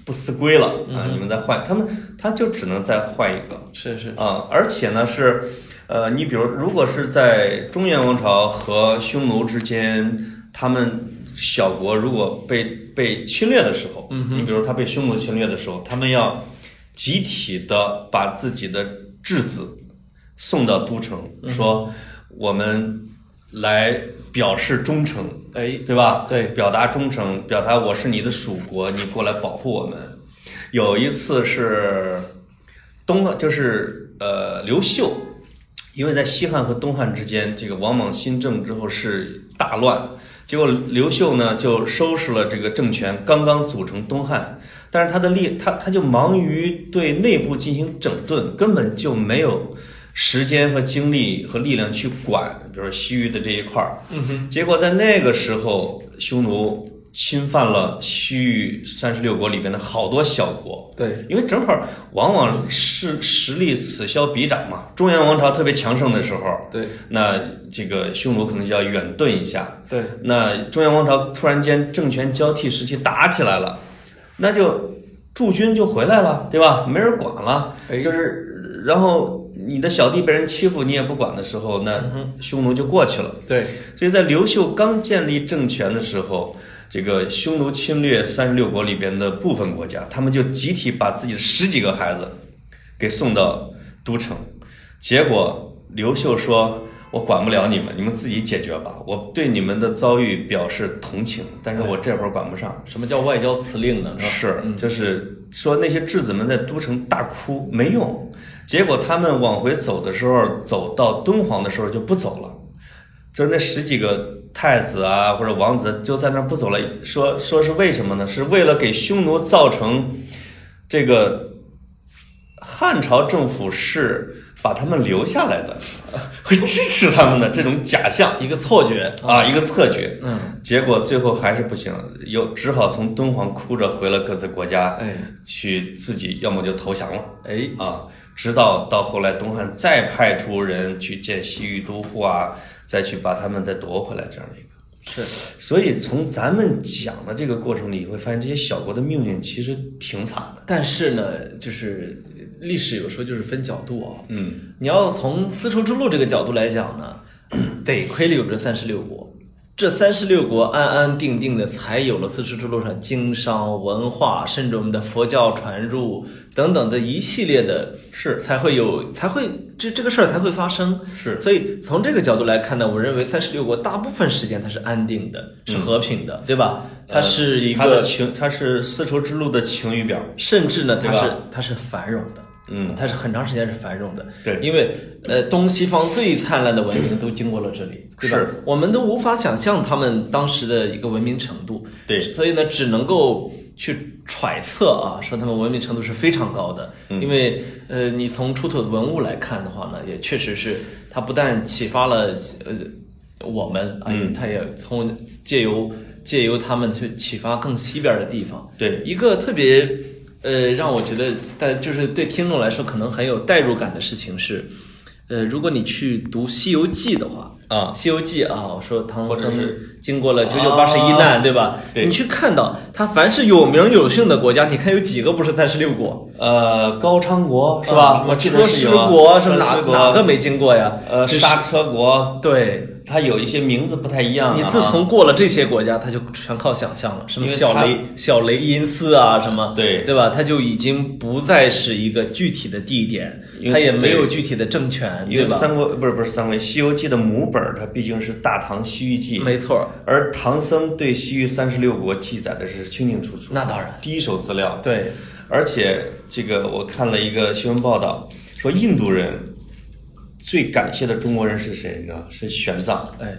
不思归了啊，你们再换，他们他就只能再换一个，是是，啊，而且呢是，呃，你比如如果是在中原王朝和匈奴之间，他们小国如果被被侵略的时候，嗯、你比如他被匈奴侵略的时候，他们要集体的把自己的质子送到都城，说我们来表示忠诚，哎，对吧？对表达忠诚，表达我是你的属国，你过来保护我们。有一次是东，就是呃刘秀，因为在西汉和东汉之间，这个王莽新政之后是大乱，结果刘秀呢就收拾了这个政权，刚刚组成东汉，但是他的力他他就忙于对内部进行整顿，根本就没有。时间和精力和力量去管，比如说西域的这一块儿，结果在那个时候，匈奴侵犯了西域三十六国里边的好多小国，对，因为正好往往是实力此消彼长嘛。中原王朝特别强盛的时候，对，那这个匈奴可能就要远遁一下，对，那中原王朝突然间政权交替时期打起来了，那就驻军就回来了，对吧？没人管了，哎就是然后你的小弟被人欺负，你也不管的时候，那匈奴就过去了。对，所以在刘秀刚建立政权的时候，这个匈奴侵略三十六国里边的部分国家，他们就集体把自己的十几个孩子给送到都城，结果刘秀说。我管不了你们，你们自己解决吧。我对你们的遭遇表示同情，但是我这会儿管不上。什么叫外交辞令呢？是吧？嗯是，就是说那些质子们在都城大哭没用，结果他们往回走的时候，走到敦煌的时候就不走了，就是那十几个太子啊或者王子就在那儿不走了，说说是为什么呢？是为了给匈奴造成这个汉朝政府是把他们留下来的， 会支持他们的这种假象。一个错觉啊，一个策觉，嗯，结果最后还是不行，又只好从敦煌哭着回了各自国家，哎去自己要么就投降了哎，啊，直到到后来东汉再派出人去见西域都护啊，再去把他们再夺回来这样的一个。是所以从咱们讲的这个过程里，你会发现这些小国的命运其实挺惨的。但是呢，就是历史有时候就是分角度啊、嗯，你要从丝绸之路这个角度来讲呢，得亏了有这三十六国，这三十六国安安定定的，才有了丝绸之路上经商、文化，甚至我们的佛教传入等等的一系列的，是才会有，才会这这个事儿才会发生。是所以从这个角度来看呢，我认为三十六国大部分时间它是安定的，是和平的，对吧？它是一嗯呃它的个，晴，它是丝绸之路的晴雨表。甚至呢，它对吧是它是繁荣的。嗯，它是很长时间是繁荣的，对因为呃，东西方最灿烂的文明都经过了这里，对吧？是我们都无法想象他们当时的一个文明程度，对所以呢，只能够去揣测啊，说他们文明程度是非常高的，嗯因为呃，你从出土的文物来看的话呢，也确实是它不但启发了呃我们啊，嗯它也从借由借由他们去启发更西边的地方，对，一个特别呃让我觉得，但就是对听众来说可能很有代入感的事情是，呃，如果你去读《西游记》的话。啊西游记》啊，我说唐或者僧是经过了九九啊八十一难，对吧？对你去看到他凡是有名有姓的国家，你看有几个不是三十六国呃，高昌国是啊吧？什我么记车得是师有啊国，什么车哪师国哪个没经过呀？呃，只是刹车国，对，它有一些名字不太一样、啊。你自从过了这些国家，他就全靠想象了，什么因为小他雷小雷音寺啊，什么对对吧？他就已经不再是一个具体的地点因，为他也没有对具体的政权，因为对吧？三国不是不是三国，《西游记》的母本儿它毕竟是《大唐西域记》，没错儿，而唐僧对西域三十六国记载的是清清楚楚，那当然，第一手资料。对，而且这个我看了一个新闻报道，说印度人最感谢的中国人是谁？你知道吗？是玄奘。哎，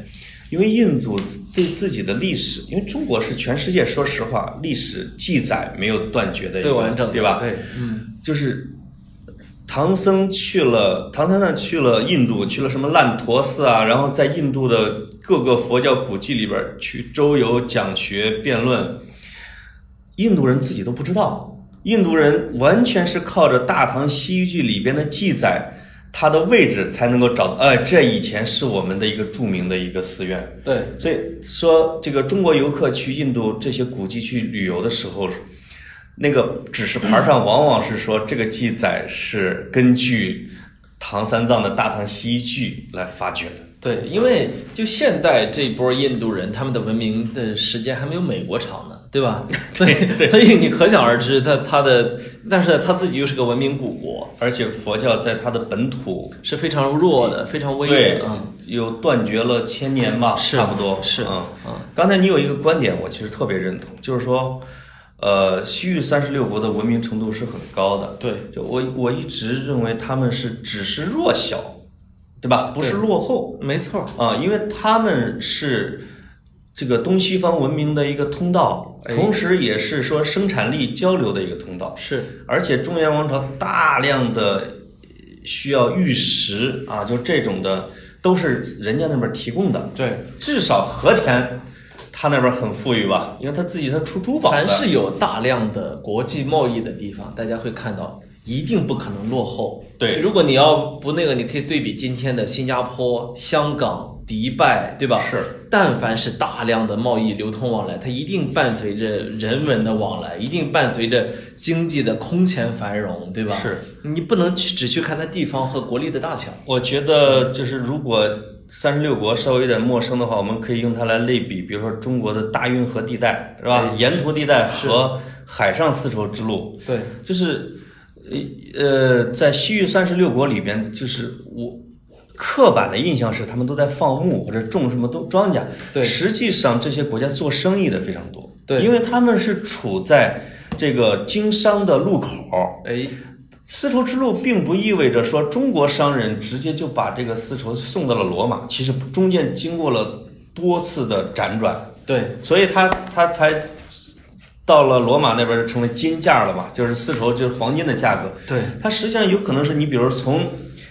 因为印度对自己的历史，因为中国是全世界说实话历史记载没有断绝的一个，最完整的对吧？对，嗯，就是唐僧去了，唐三藏去了印度，去了什么烂陀寺啊，然后在印度的各个佛教古迹里边儿去周游、讲学、辩论。印度人自己都不知道，印度人完全是靠着《大唐西域记》里边的记载，它的位置才能够找到。呃，这以前是我们的一个著名的一个寺院。对，所以说，这个中国游客去印度这些古迹去旅游的时候，那个指示牌上往往是说这个记载是根据唐三藏的《大唐西域记》来发掘的。对，因为就现在这波印度人，他们的文明的时间还没有美国长呢，对 吧？所以，所以你可想而知，他他的，但是他自己又是个文明古国，而且佛教在它的本土，是非常弱的，非常微对的啊。，有断绝了千年吧，是差不多是嗯嗯。刚才你有一个观点，我其实特别认同，就是说，呃，西域三十六国的文明程度是很高的，对，就我我一直认为他们是只是弱小，对吧？不是落后没错，啊、因为他们是这个东西方文明的一个通道，哎同时也是说生产力交流的一个通道。是而且中原王朝大量的需要玉石啊，就这种的都是人家那边提供的，对，至少和田。他那边很富裕吧，因为他自己他出珠宝的，凡是有大量的国际贸易的地方，大家会看到一定不可能落后。对如果你要不那个，你可以对比今天的新加坡、香港、迪拜，对吧？是。但凡是大量的贸易流通往来，它一定伴随着人文的往来，一定伴随着经济的空前繁荣，对吧？是。你不能去只去看它地方和国力的大小。我觉得就是如果三十六国稍微有点陌生的话，我们可以用它来类比，比如说中国的大运河地带是哎吧？沿途地带和海上丝绸之路，对，就是呃呃，在西域三十六国里边，就是我。刻板的印象是他们都在放牧或者种什么都庄稼，对实际上这些国家做生意的非常多，对因为他们是处在这个经商的路口，哎，丝绸之路并不意味着说中国商人直接就把这个丝绸送到了罗马，其实中间经过了多次的辗转，对，所以他他才到了罗马那边就成为金价了嘛，就是丝绸就是黄金的价格。对，它实际上有可能是你比如从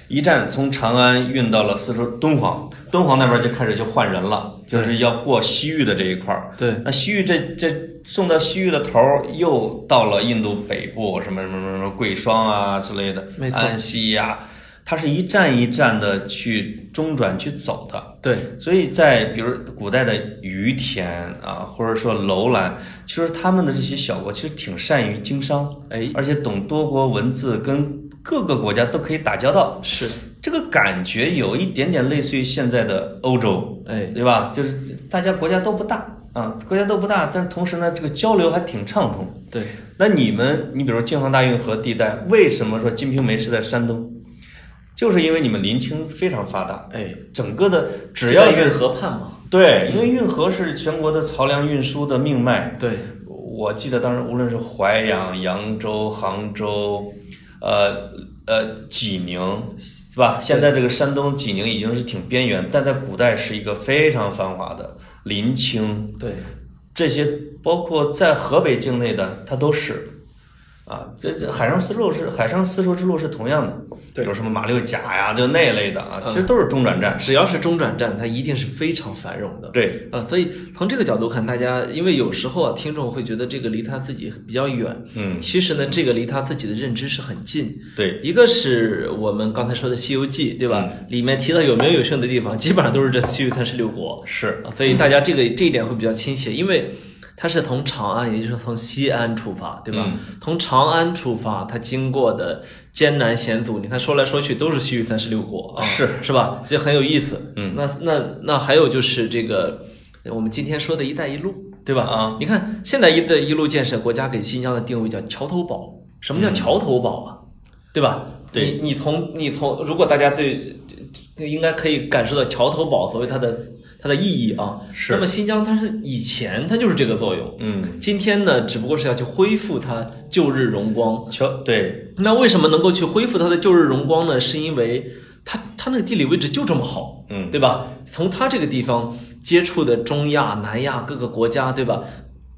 一站从长安运到了丝绸敦煌，敦煌那边就开始就换人了，就是要过西域的这一块儿。对，那西域这这送到西域的头儿，又到了印度北部，什么什么什么什么贵霜啊之类的没，错安息呀、它是一站一站的去中转去走的。对，所以在比如古代的于田啊，或者说楼兰，其实他们的这些小国其实挺善于经商，哎，而且懂多国文字，跟各个国家都可以打交道。是，这个感觉有一点点类似于现在的欧洲，哎，对吧？就是大家国家都不大啊，国家都不大，但同时呢，这个交流还挺畅通。对，那你们，你比如京杭大运河地带，为什么说《金瓶梅》是在山东？就是因为你们林清非常发达，哎，整个的只要这在是运河畔嘛，对，因为运河是全国的漕粮运输的命脉。对，我记得当时无论是淮阳、扬州、杭州，呃呃济宁，是吧？现在这个山东济宁已经是挺边缘，但在古代是一个非常繁华的临清，对，这些包括在河北境内的，它都是。啊，这这海上丝绸是海上丝绸之路是同样的，对有什么马六甲呀，就那类的啊，嗯其实都是中转站。只要是中转站，它一定是非常繁荣的。对，啊，所以从这个角度看，大家因为有时候啊，听众会觉得这个离他自己比较远，嗯，其实呢，这个离他自己的认知是很近。对，一个是我们刚才说的《西游记》，对吧？嗯里面提到有名有姓的地方，基本上都是这西域三十六国是，啊，所以大家这个这一点会比较亲切，因为。它是从长安，也就是从西安出发，对吧？嗯从长安出发，它经过的艰难险阻，你看说来说去都是西域三十六国啊，是是吧？这很有意思。嗯，那那那还有就是这个，我们今天说的一带一路，对吧？啊，你看现在一带一路建设，国家给新疆的定位叫桥头堡。什嗯么叫桥头堡啊？对吧？对你你从你从，如果大家对，应该可以感受到桥头堡所谓它的它的意义啊。是那么新疆它是以前它就是这个作用，嗯，今天呢，只不过是要去恢复它旧日荣光。乔对，那为什么能够去恢复它的旧日荣光呢？是因为它它那个地理位置就这么好，嗯，对吧？从它这个地方接触的中亚、南亚各个国家，对吧？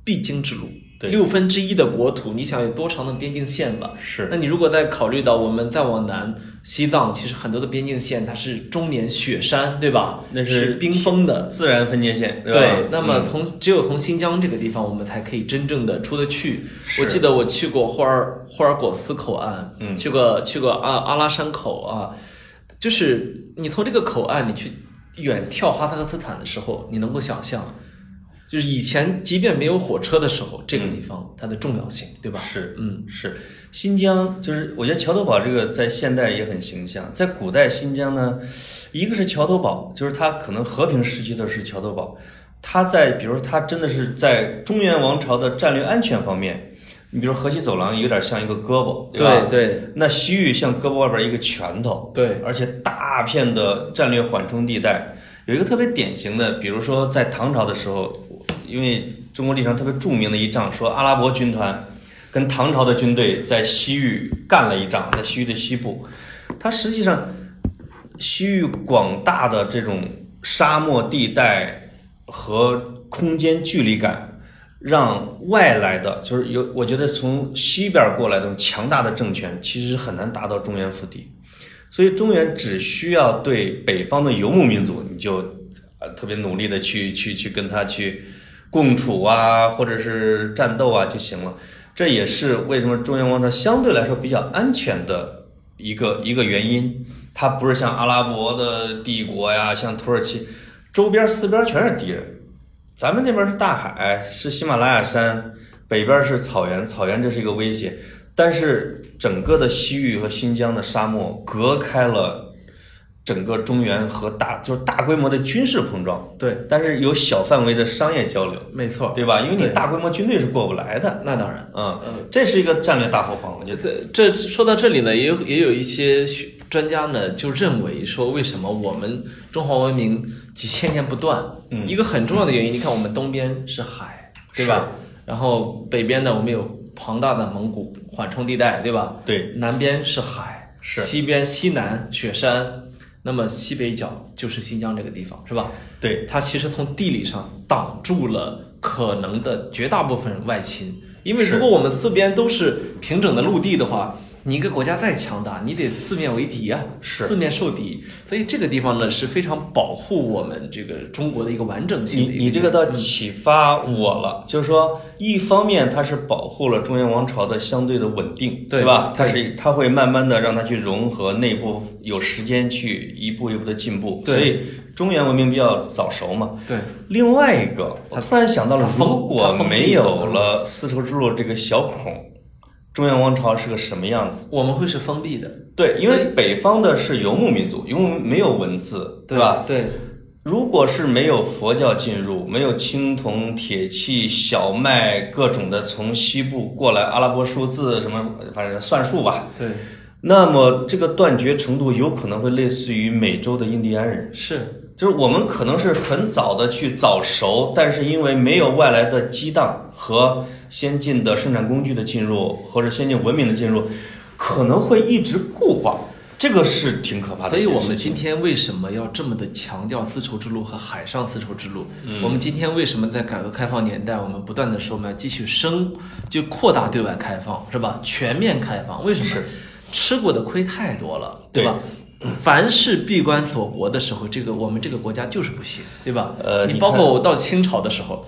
必经之路，对六分之一的国土，你想有多长的边境线吧？那是你如果再考虑到我们再往南，西藏其实很多的边境线它是终年雪山，对吧？那是是冰封的，自然分界线，吧？对，那么嗯从、只有从新疆这个地方，我们才可以真正的出得去。是我记得我去过霍尔霍尔果斯口岸，嗯去过去过阿阿拉山口啊，就是你从这个口岸你去远眺哈萨克斯坦的时候，你能够想象，就是以前即便没有火车的时候，这个地方它的重要性，对吧？嗯是嗯，是新疆，就是我觉得桥头堡这个在现代也很形象。在古代新疆呢，一个是桥头堡，就是它可能和平时期的是桥头堡，它在比如说它真的是在中原王朝的战略安全方面，你比如河西走廊有点像一个胳膊，吧？对对那西域像胳膊外边一个拳头，对，而且大片的战略缓冲地带，有一个特别典型的，比如说在唐朝的时候，因为中国历史上特别著名的一仗，说阿拉伯军团跟唐朝的军队在西域干了一仗，在西域的西部，它实际上西域广大的这种沙漠地带和空间距离感。让外来的，就是有，我觉得从西边过来的强大的政权，其实很难达到中原腹地。所以中原只需要对北方的游牧民族，你就呃特别努力的去去去跟他去共处啊，或者是战斗啊就行了。这也是为什么中原王朝相对来说比较安全的一个一个原因。它不是像阿拉伯的帝国呀，像土耳其，周边四边全是敌人。咱们那边是大海，是喜马拉雅山，北边是草原，草原这是一个威胁。但是整个的西域和新疆的沙漠隔开了整个中原和大，就是大规模的军事碰撞，对，但是有小范围的商业交流，没错，对吧？因为你对大规模军队是过不来的，那当然。嗯，这是一个战略大后方，我觉得。这这说到这里呢，也有也有一些学专家呢就认为说，为什么我们中华文明几千年不断？嗯一个很重要的原因，你看我们东边是海，对吧？然后北边呢，我们有庞大的蒙古缓冲地带，对吧？对，南边是海，是西边西南雪山，那么西北角就是新疆这个地方，是吧？对，它其实从地理上挡住了可能的绝大部分外侵，因为是如果我们四边都是平整的陆地的话，你一个国家再强大，你得四面为敌啊，是四面受敌。所以这个地方呢是非常保护我们这个中国的一个完整你性的一你这个倒启发我了，就是说，一方面它是保护了中原王朝的相对的稳定，对吧？对它是它会慢慢的让它去融合内部，有时间去一步一步的进步，对所以中原文明比较早熟嘛。对另外一个，我突然想到了它，封如它果封闭了没有了丝绸之路这个小孔，中原王朝是个什么样子？我们会是封闭的，对，因为所北方的是游牧民族，游牧没有文字，对吧？？对，如果是没有佛教进入，没有青铜、铁器、小麦各种的从西部过来，阿拉伯数字什么，反正算术吧，对，那么这个断绝程度有可能会类似于美洲的印第安人，是，就是我们可能是很早的去早熟，但是因为没有外来的激荡和先进的生产工具的进入，或者先进文明的进入，可能会一直固化，这个是挺可怕的所一以件事情。我们今天为什么要这么的强调丝绸之路和海上丝绸之路？嗯我们今天为什么在改革开放年代，我们不断的说我们要继续升，就扩大对外开放，是吧？全面开放，为什么是？吃过的亏太多了，对吧？凡是闭关锁国的时候，这个我们这个国家就是不行，对吧？呃你你包看括我到清朝的时候，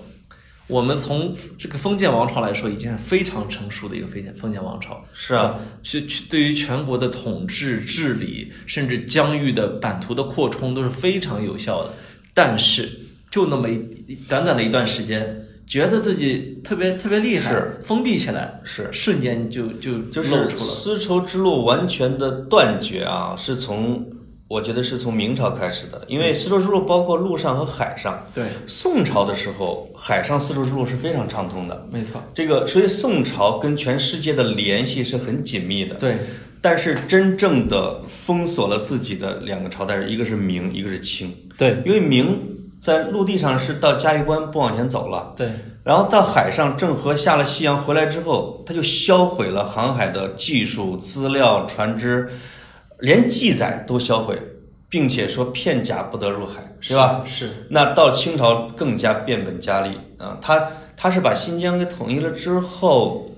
我们从这个封建王朝来说，已经是非常成熟的一个封建封建王朝，是啊吧，去去对于全国的统治、治理，甚至疆域的版图的扩充都是非常有效的。但是就那么一一短短的一段时间，觉得自己特别特别厉害，是封闭起来，是瞬间就就就是露出了。丝绸之路完全的断绝啊，是从我觉得是从明朝开始的，因为丝绸之路包括陆上和海上。对，宋朝的时候，海上丝绸之路是非常畅通的，没错，这个所以宋朝跟全世界的联系是很紧密的。对，但是真正的封锁了自己的两个朝代，一个是明，一个是清，对，因为明在陆地上是到嘉峪关不往前走了，对，然后到海上，郑和下了西洋回来之后，他就销毁了航海的技术、资料、船只，连记载都销毁，并且说片甲不得入海，对吧？是？是，那到清朝更加变本加厉啊，他他是把新疆给统一了之后，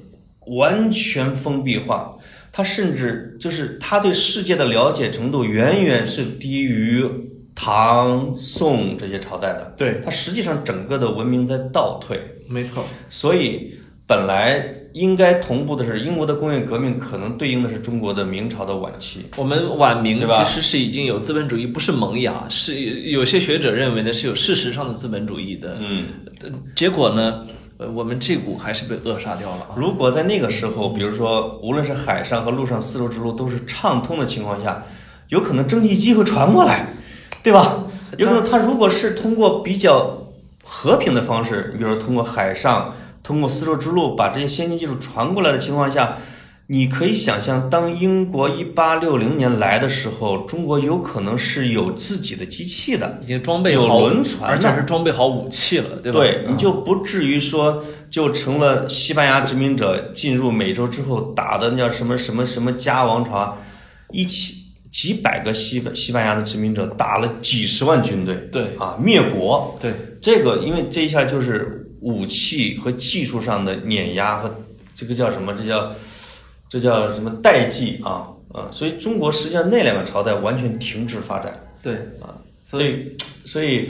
完全封闭化，他甚至就是他对世界的了解程度远远是低于唐宋这些朝代的，对，他实际上整个的文明在倒退，没错，所以本来。应该同步的是，英国的工业革命可能对应的是中国的明朝的晚期。我们晚明对吧其实是已经有资本主义，不是萌芽，是有些学者认为呢是有事实上的资本主义的，呃嗯，结果呢，呃，我们这股还是被扼杀掉了啊。如果在那个时候，比如说无论是海上和陆上丝绸之路都是畅通的情况下，有可能蒸汽机会传过来，对吧？有可能它如果是通过比较和平的方式，你比如说通过海上、通过丝绸之路把这些先进技术传过来的情况下，你可以想象，当英国一八六零年来的时候，中国有可能是有自己的机器的，已经装备有好轮船而且呢是装备好武器了，对吧？啊你就不至于说就成了西班牙殖民者进入美洲之后打的那叫什么什么什么加王朝啊，一起几百个西班西班牙的殖民者打了几十万军队，对啊，灭国。对，这个因为这一下就是武器和技术上的碾压和这个叫什么？这叫这叫什么代际啊啊！所以中国实际上那两个朝代完全停滞发展。对啊，所所以所以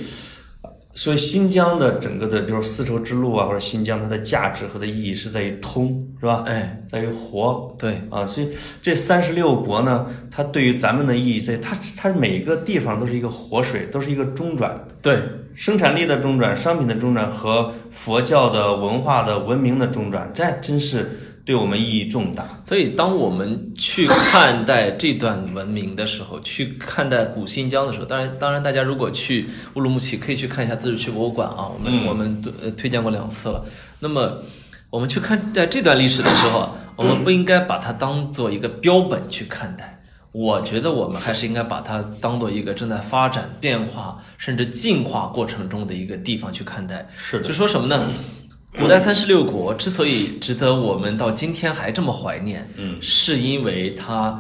所以新疆的整个的，比如说丝绸之路啊，或者新疆它的价值和它的意义是在于通，是吧？哎，在于活对，啊，所以这三十六国呢，它对于咱们的意义在，它它每个地方都是一个活水，都是一个中转，对，生产力的中转、商品的中转和佛教的文化的文明的中转，这真是对我们意义重大。所以，当我们去看待这段文明的时候，去看待古新疆的时候，当然，当然，大家如果去乌鲁木齐，可以去看一下自治区博物馆啊，我们、嗯我们呃推荐过两次了。那么，我们去看待这段历史的时候啊，我们不应该把它当做一个标本去看待。我觉得我们还是应该把它当做一个正在发展、变化甚至进化过程中的一个地方去看待。是就，说什么 呢？古代三十六国之所以值得我们到今天还这么怀念，嗯，是因为它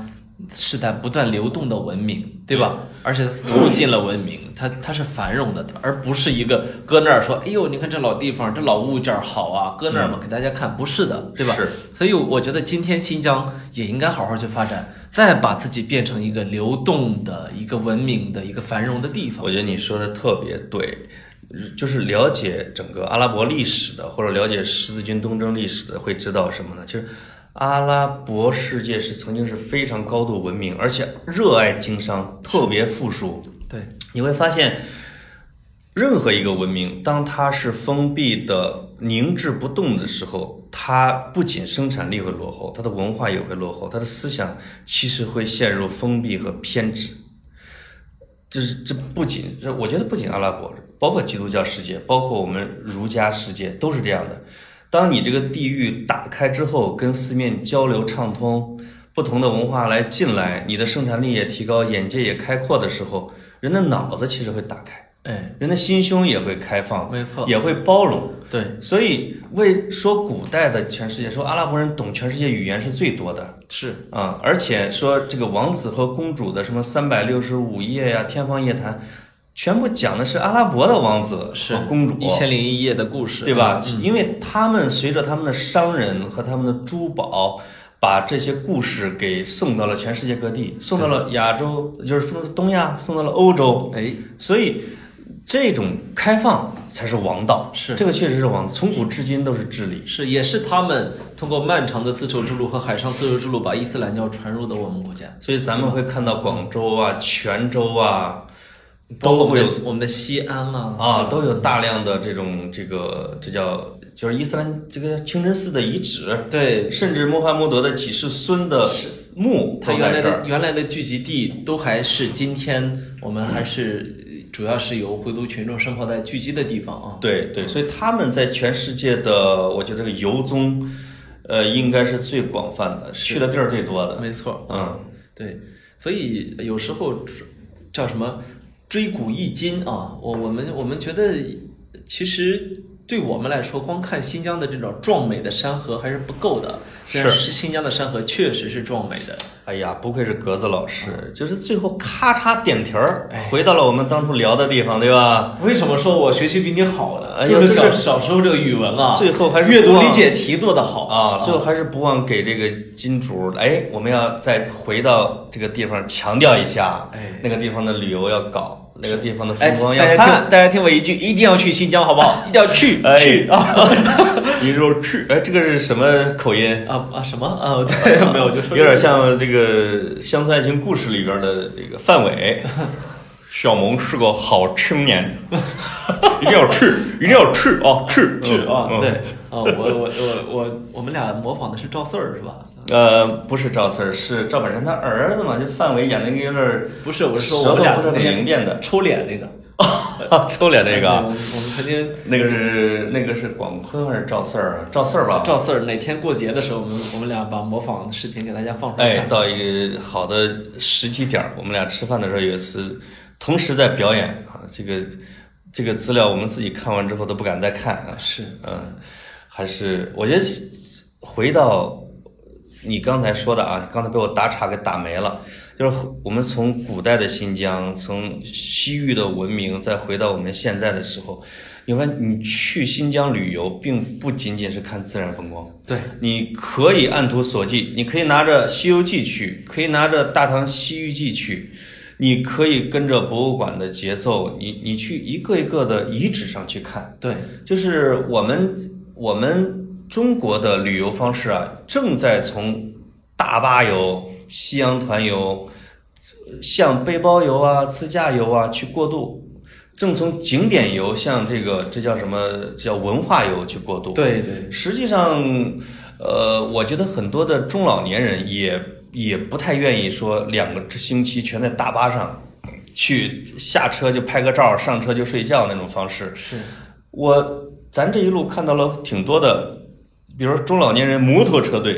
是在不断流动的文明，对吧？嗯而且促进了文明，它它是繁荣的，而不是一个搁那儿说，哎呦，你看这老地方，这老物件儿好啊，搁那儿嘛给大家看，不是的，对吧？嗯是。所以我觉得今天新疆也应该好好去发展，再把自己变成一个流动的、一个文明的、一个繁荣的地方。我觉得你说的特别对，就是了解整个阿拉伯历史的，或者了解十字军东征历史的，会知道什么呢？就是阿拉伯世界是曾经是非常高度文明，而且热爱经商，特别富庶。对，你会发现，任何一个文明，当它是封闭的、凝滞不动的时候，它不仅生产力会落后，它的文化也会落后，它的思想其实会陷入封闭和偏执。这是这不仅，这我觉得不仅阿拉伯，包括基督教世界，包括我们儒家世界都是这样的。当你这个地域打开之后，跟四面交流畅通，不同的文化来进来，你的生产力也提高，眼界也开阔的时候，人的脑子其实会打开，哎，人的心胸也会开放，没错也会包容。对。所以为说古代的全世界，说阿拉伯人懂全世界语言是最多的，是，啊、而且说这个王子和公主的什么三百六十五夜呀、天方夜谭，全部讲的是阿拉伯的王子是和公主，一千零一夜的故事，对吧？嗯因为他们随着他们的商人和他们的珠宝，把这些故事给送到了全世界各地，送到了亚洲，就是送到东亚，送到了欧洲，哎，所以这种开放才是王道。是这个确实是王，从古至今都是治理。是也是他们通过漫长的丝绸之路和海上丝绸之路，把伊斯兰教传入到我们国家，所以咱们会看到广州啊、泉州啊，包括都我会们有的我们的西安啊，啊，都有大量的这种这个这叫就是伊斯兰这个清真寺的遗址，对，甚至穆罕默德的几世孙的墓它都原在来这的儿。原来的聚集地都还是今天我们还是呃主要是由回族群众生活在聚集的地方啊，对对，所以他们在全世界的，我觉得这个游宗，呃，应该是最广泛的，去的地儿最多的。啊没错，嗯，对，所以有时候追叫什么？追古忆今啊，我我们我们觉得，其实对我们来说，光看新疆的这种壮美的山河还是不够的。虽然是新疆的山河确实是壮美的，哎呀，不愧是格子老嗯师，就是最后咔嚓点题儿，哎回到了我们当初聊的地方，对吧？为什么说我学习比你好呢？哎就呦是小这是小时候这个语文啊，最后还是阅读忘理解题做得好啊，最后还是不忘给这个金主，哎，我们要再回到这个地方强调一下，哎那个地方的旅游要搞，那个地方的哎，风光要大家看听，大，家听我一句，一定要去新疆，好不好？一定要去哎去 啊你说去，哎，这个是什么口音？啊啊什么 啊？对，没有，我就说有点像这个《乡村爱情故事》里边的这个范 伟，小萌是个好青年，一定要去，一定要去啊，去去啊，嗯对啊，我我我我我们俩模仿的是赵四儿是吧？呃，不是赵四儿，是赵本山他儿子嘛，就范伟演的那个有点 儿不是，我是说舌我们头俩不是那很天灵便的，抽脸那个抽脸那个我啊，们我们曾经 那个是那个是广坤还是赵四儿啊？赵四儿吧。赵四儿哪天过节的时候，我们我们俩把模仿视频给大家放出来哎，看。到一个好的时机点儿，我们俩吃饭的时候有一次同时在表演啊，这个这个资料我们自己看完之后都不敢再看啊。是，嗯，还是我觉得回到你刚才说的啊，刚才被我打岔给打没了。就是我们从古代的新疆，从西域的文明，再回到我们现在的时候，你发现你去新疆旅游，并不仅仅是看自然风光，对，你可以按图索骥，你可以拿着《西游记》去，可以拿着《大唐西域记》去，你可以跟着博物馆的节奏，你你去一个一个的遗址上去看，对，就是我们我们中国的旅游方式啊，正在从大巴游、西洋团游，呃向背包游啊、自驾游啊去过渡，正从景点游向这个这叫什么？这叫文化游去过渡。对对，实际上，呃，我觉得很多的中老年人也也不太愿意说两个星期全在大巴上去下车就拍个照，上车就睡觉那种方式。是我咱这一路看到了挺多的，比如说中老年人摩托车队，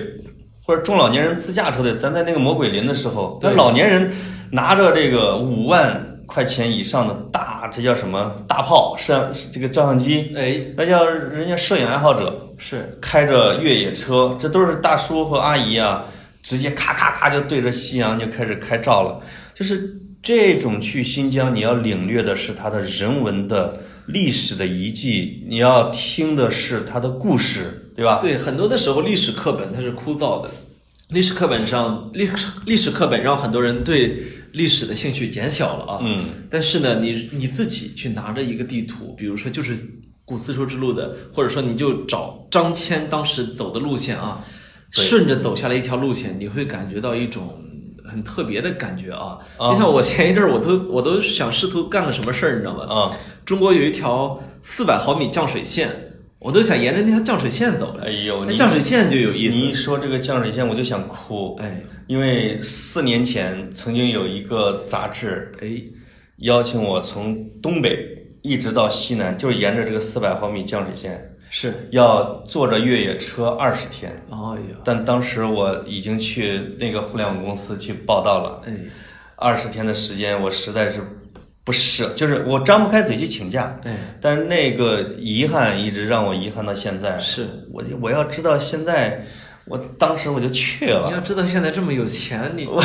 或者中老年人自驾车队。咱在那个魔鬼林的时候，那对老年人拿着这个五万块钱以上的大，这叫什么大炮摄像这个照相机，哎那叫人家摄影爱好者。是，开着越野车，这都是大叔和阿姨啊，直接咔咔咔就对着夕阳就开始开照了。就是这种去新疆，你要领略的是它的人文的历史的遗迹，你要听的是它的故事，对吧？对，很多的时候历史课本它是枯燥的，历史课本上历史历史课本让很多人对历史的兴趣减小了啊。嗯，但是呢，你你自己去拿着一个地图，比如说就是古丝绸之路的，或者说你就找张骞当时走的路线啊，对顺着走下来一条路线，你会感觉到一种。很特别的感觉啊！啊你像我前一阵儿，我都我都想试图干个什么事儿，你知道吗？啊，中国有一条四百毫米降水线，我都想沿着那条降水线走了。哎呦，那你降水线就有意你一思。说这个降水线，我就想哭，哎因为四年前曾经有一个杂志哎，邀请我从东北一直到西南，就是沿着这个四百毫米降水线。是，要坐着越野车二十天，哎呀，但当时我已经去那个互联网公司去报道了，哎二十天的时间我实在是不舍，就是我张不开嘴去请假，哎，但是那个遗憾一直让我遗憾到现在。是。我就我要知道现在，我当时我就去你了，要知道现在这么有钱，你我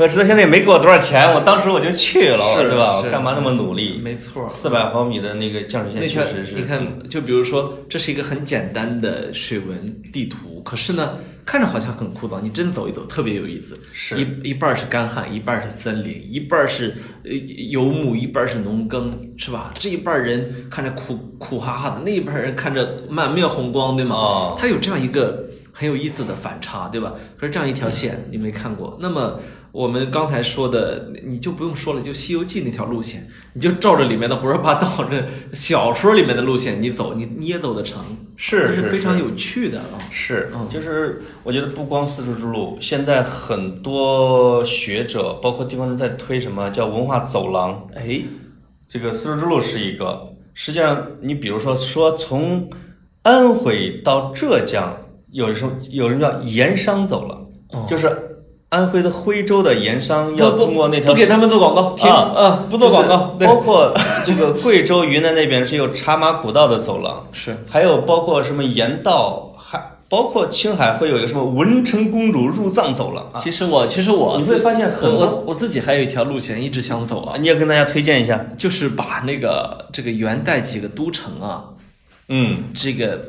要知道现在也没给我多少钱，我当时我就去了，是对吧？是我干嘛那么努力？没错儿。四百毫米的那个降水线那确条实是，你看，就比如说，这是一个很简单的水文地图，可是呢，看着好像很枯燥，你真走一走，特别有意思。是一一半儿是干旱，一半儿是森林，一半儿是呃游牧，一半儿是农耕，是吧？这一半儿人看着苦苦哈哈的，那一半儿人看着满面红光，对吗？哦它有这样一个很有意思的反差，对吧？可是这样一条嗯线你没看过，那么我们刚才说的，你就不用说了，就《西游记》那条路线，你就照着里面的胡说八道，这小说里面的路线你走，你你也走得成，是这是非常是有趣的啊。是嗯，就是我觉得不光丝绸之路，现在很多学者，包括地方人在推什么叫文化走廊。哎，这个丝绸之路是一个，实际上你比如说说从安哦徽到浙江，有时候有人叫盐商走廊，就是安徽的徽州的盐商要不不通过那条不给他们做广告，停啊嗯啊，不做广告，就是包括这个贵州、云南那边是有茶马古道的走廊，是还有包括什么盐道，还包括青海会有一个什么文成公主入藏走廊啊，其实我，其实我你会自发现很我多我我自己还有一条路线一直想走啊，你也跟大家推荐一下。就是把那个这个元代几个都城啊，嗯，这个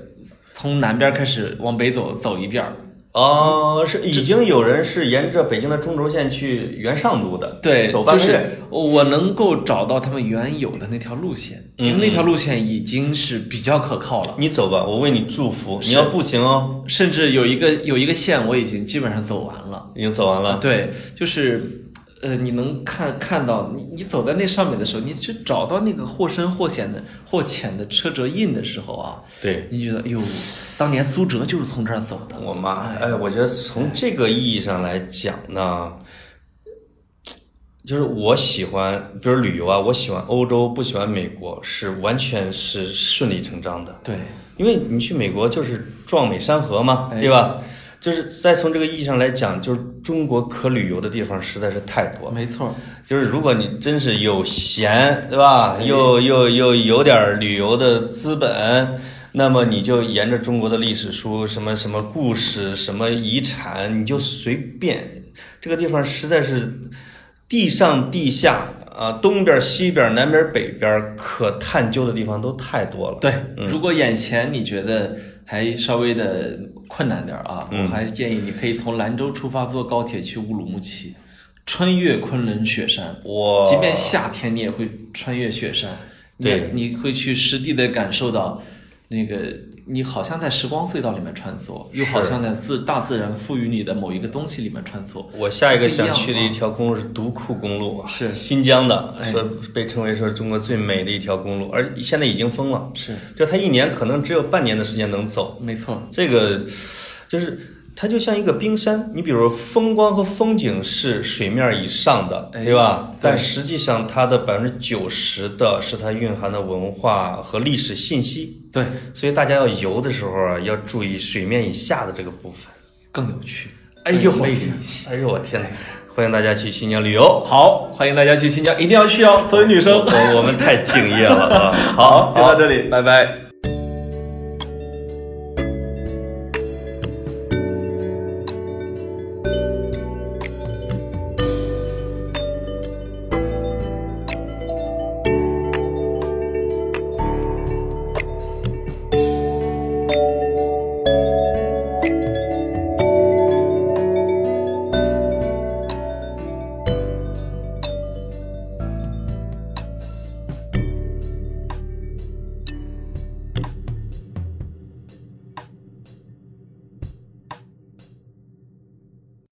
从南边开始往北走走一遍儿，哦，是已经有人是沿着北京的中轴线去原上都的，对，走半就个是月。我能够找到他们原有的那条路线，嗯因为那条路线已经是比较可靠了。你走吧，我为你祝福。你要步行哦，甚至有一个有一个线我已经基本上走完了，已经走完了。对，就是，呃，你能看看到你你走在那上面的时候，你去找到那个或深或浅的或浅的车辙印的时候啊，对，你觉得哟，当年苏辙就是从这儿走的，我妈，哎，我觉得从这个意义上来讲呢，就是我喜欢，比如旅游啊，我喜欢欧洲，不喜欢美国，是完全是顺理成章的。对，因为你去美国就是壮美山河嘛，哎对吧？就是再从这个意义上来讲，就是中国可旅游的地方实在是太多了。没错，就是如果你真是有闲，对吧？又又又有点儿旅游的资本，那么你就沿着中国的历史书，什么什么故事，什么遗产，你就随便。这个地方实在是地上地下啊，东边儿、西边儿、南边儿、北边儿，可探究的地方都太多了。对。嗯如果眼前你觉得还稍微的困难点儿啊，嗯我还是建议你可以从兰州出发，坐高铁去乌鲁木齐，穿越昆仑雪山。我即便夏天，你也会穿越雪山，你对你会去实地的感受到，那个你好像在时光隧道里面穿梭，又好是像在自大自然赋予你的某一个东西里面穿梭。我下一个想不一样去的一条公路是独库公路，啊是新疆的，哎说被称为说中国最美的一条公路，而现在已经封了。是，就它一年可能只有半年的时间能走，没错，这个就是它就像一个冰山，你比如风光和风景是水面以上的，哎对吧对？但实际上它的百分之九十的是它蕴含的文化和历史信息，对，所以大家要游的时候啊，要注意水面以下的这个部分。更有趣。哎呦，更有我魅天力一些。哎呦，我天哪！欢迎大家去新疆旅游。好，欢迎大家去新疆，一定要去哦，所有女生。我我们太敬业了啊！好就到这里拜拜。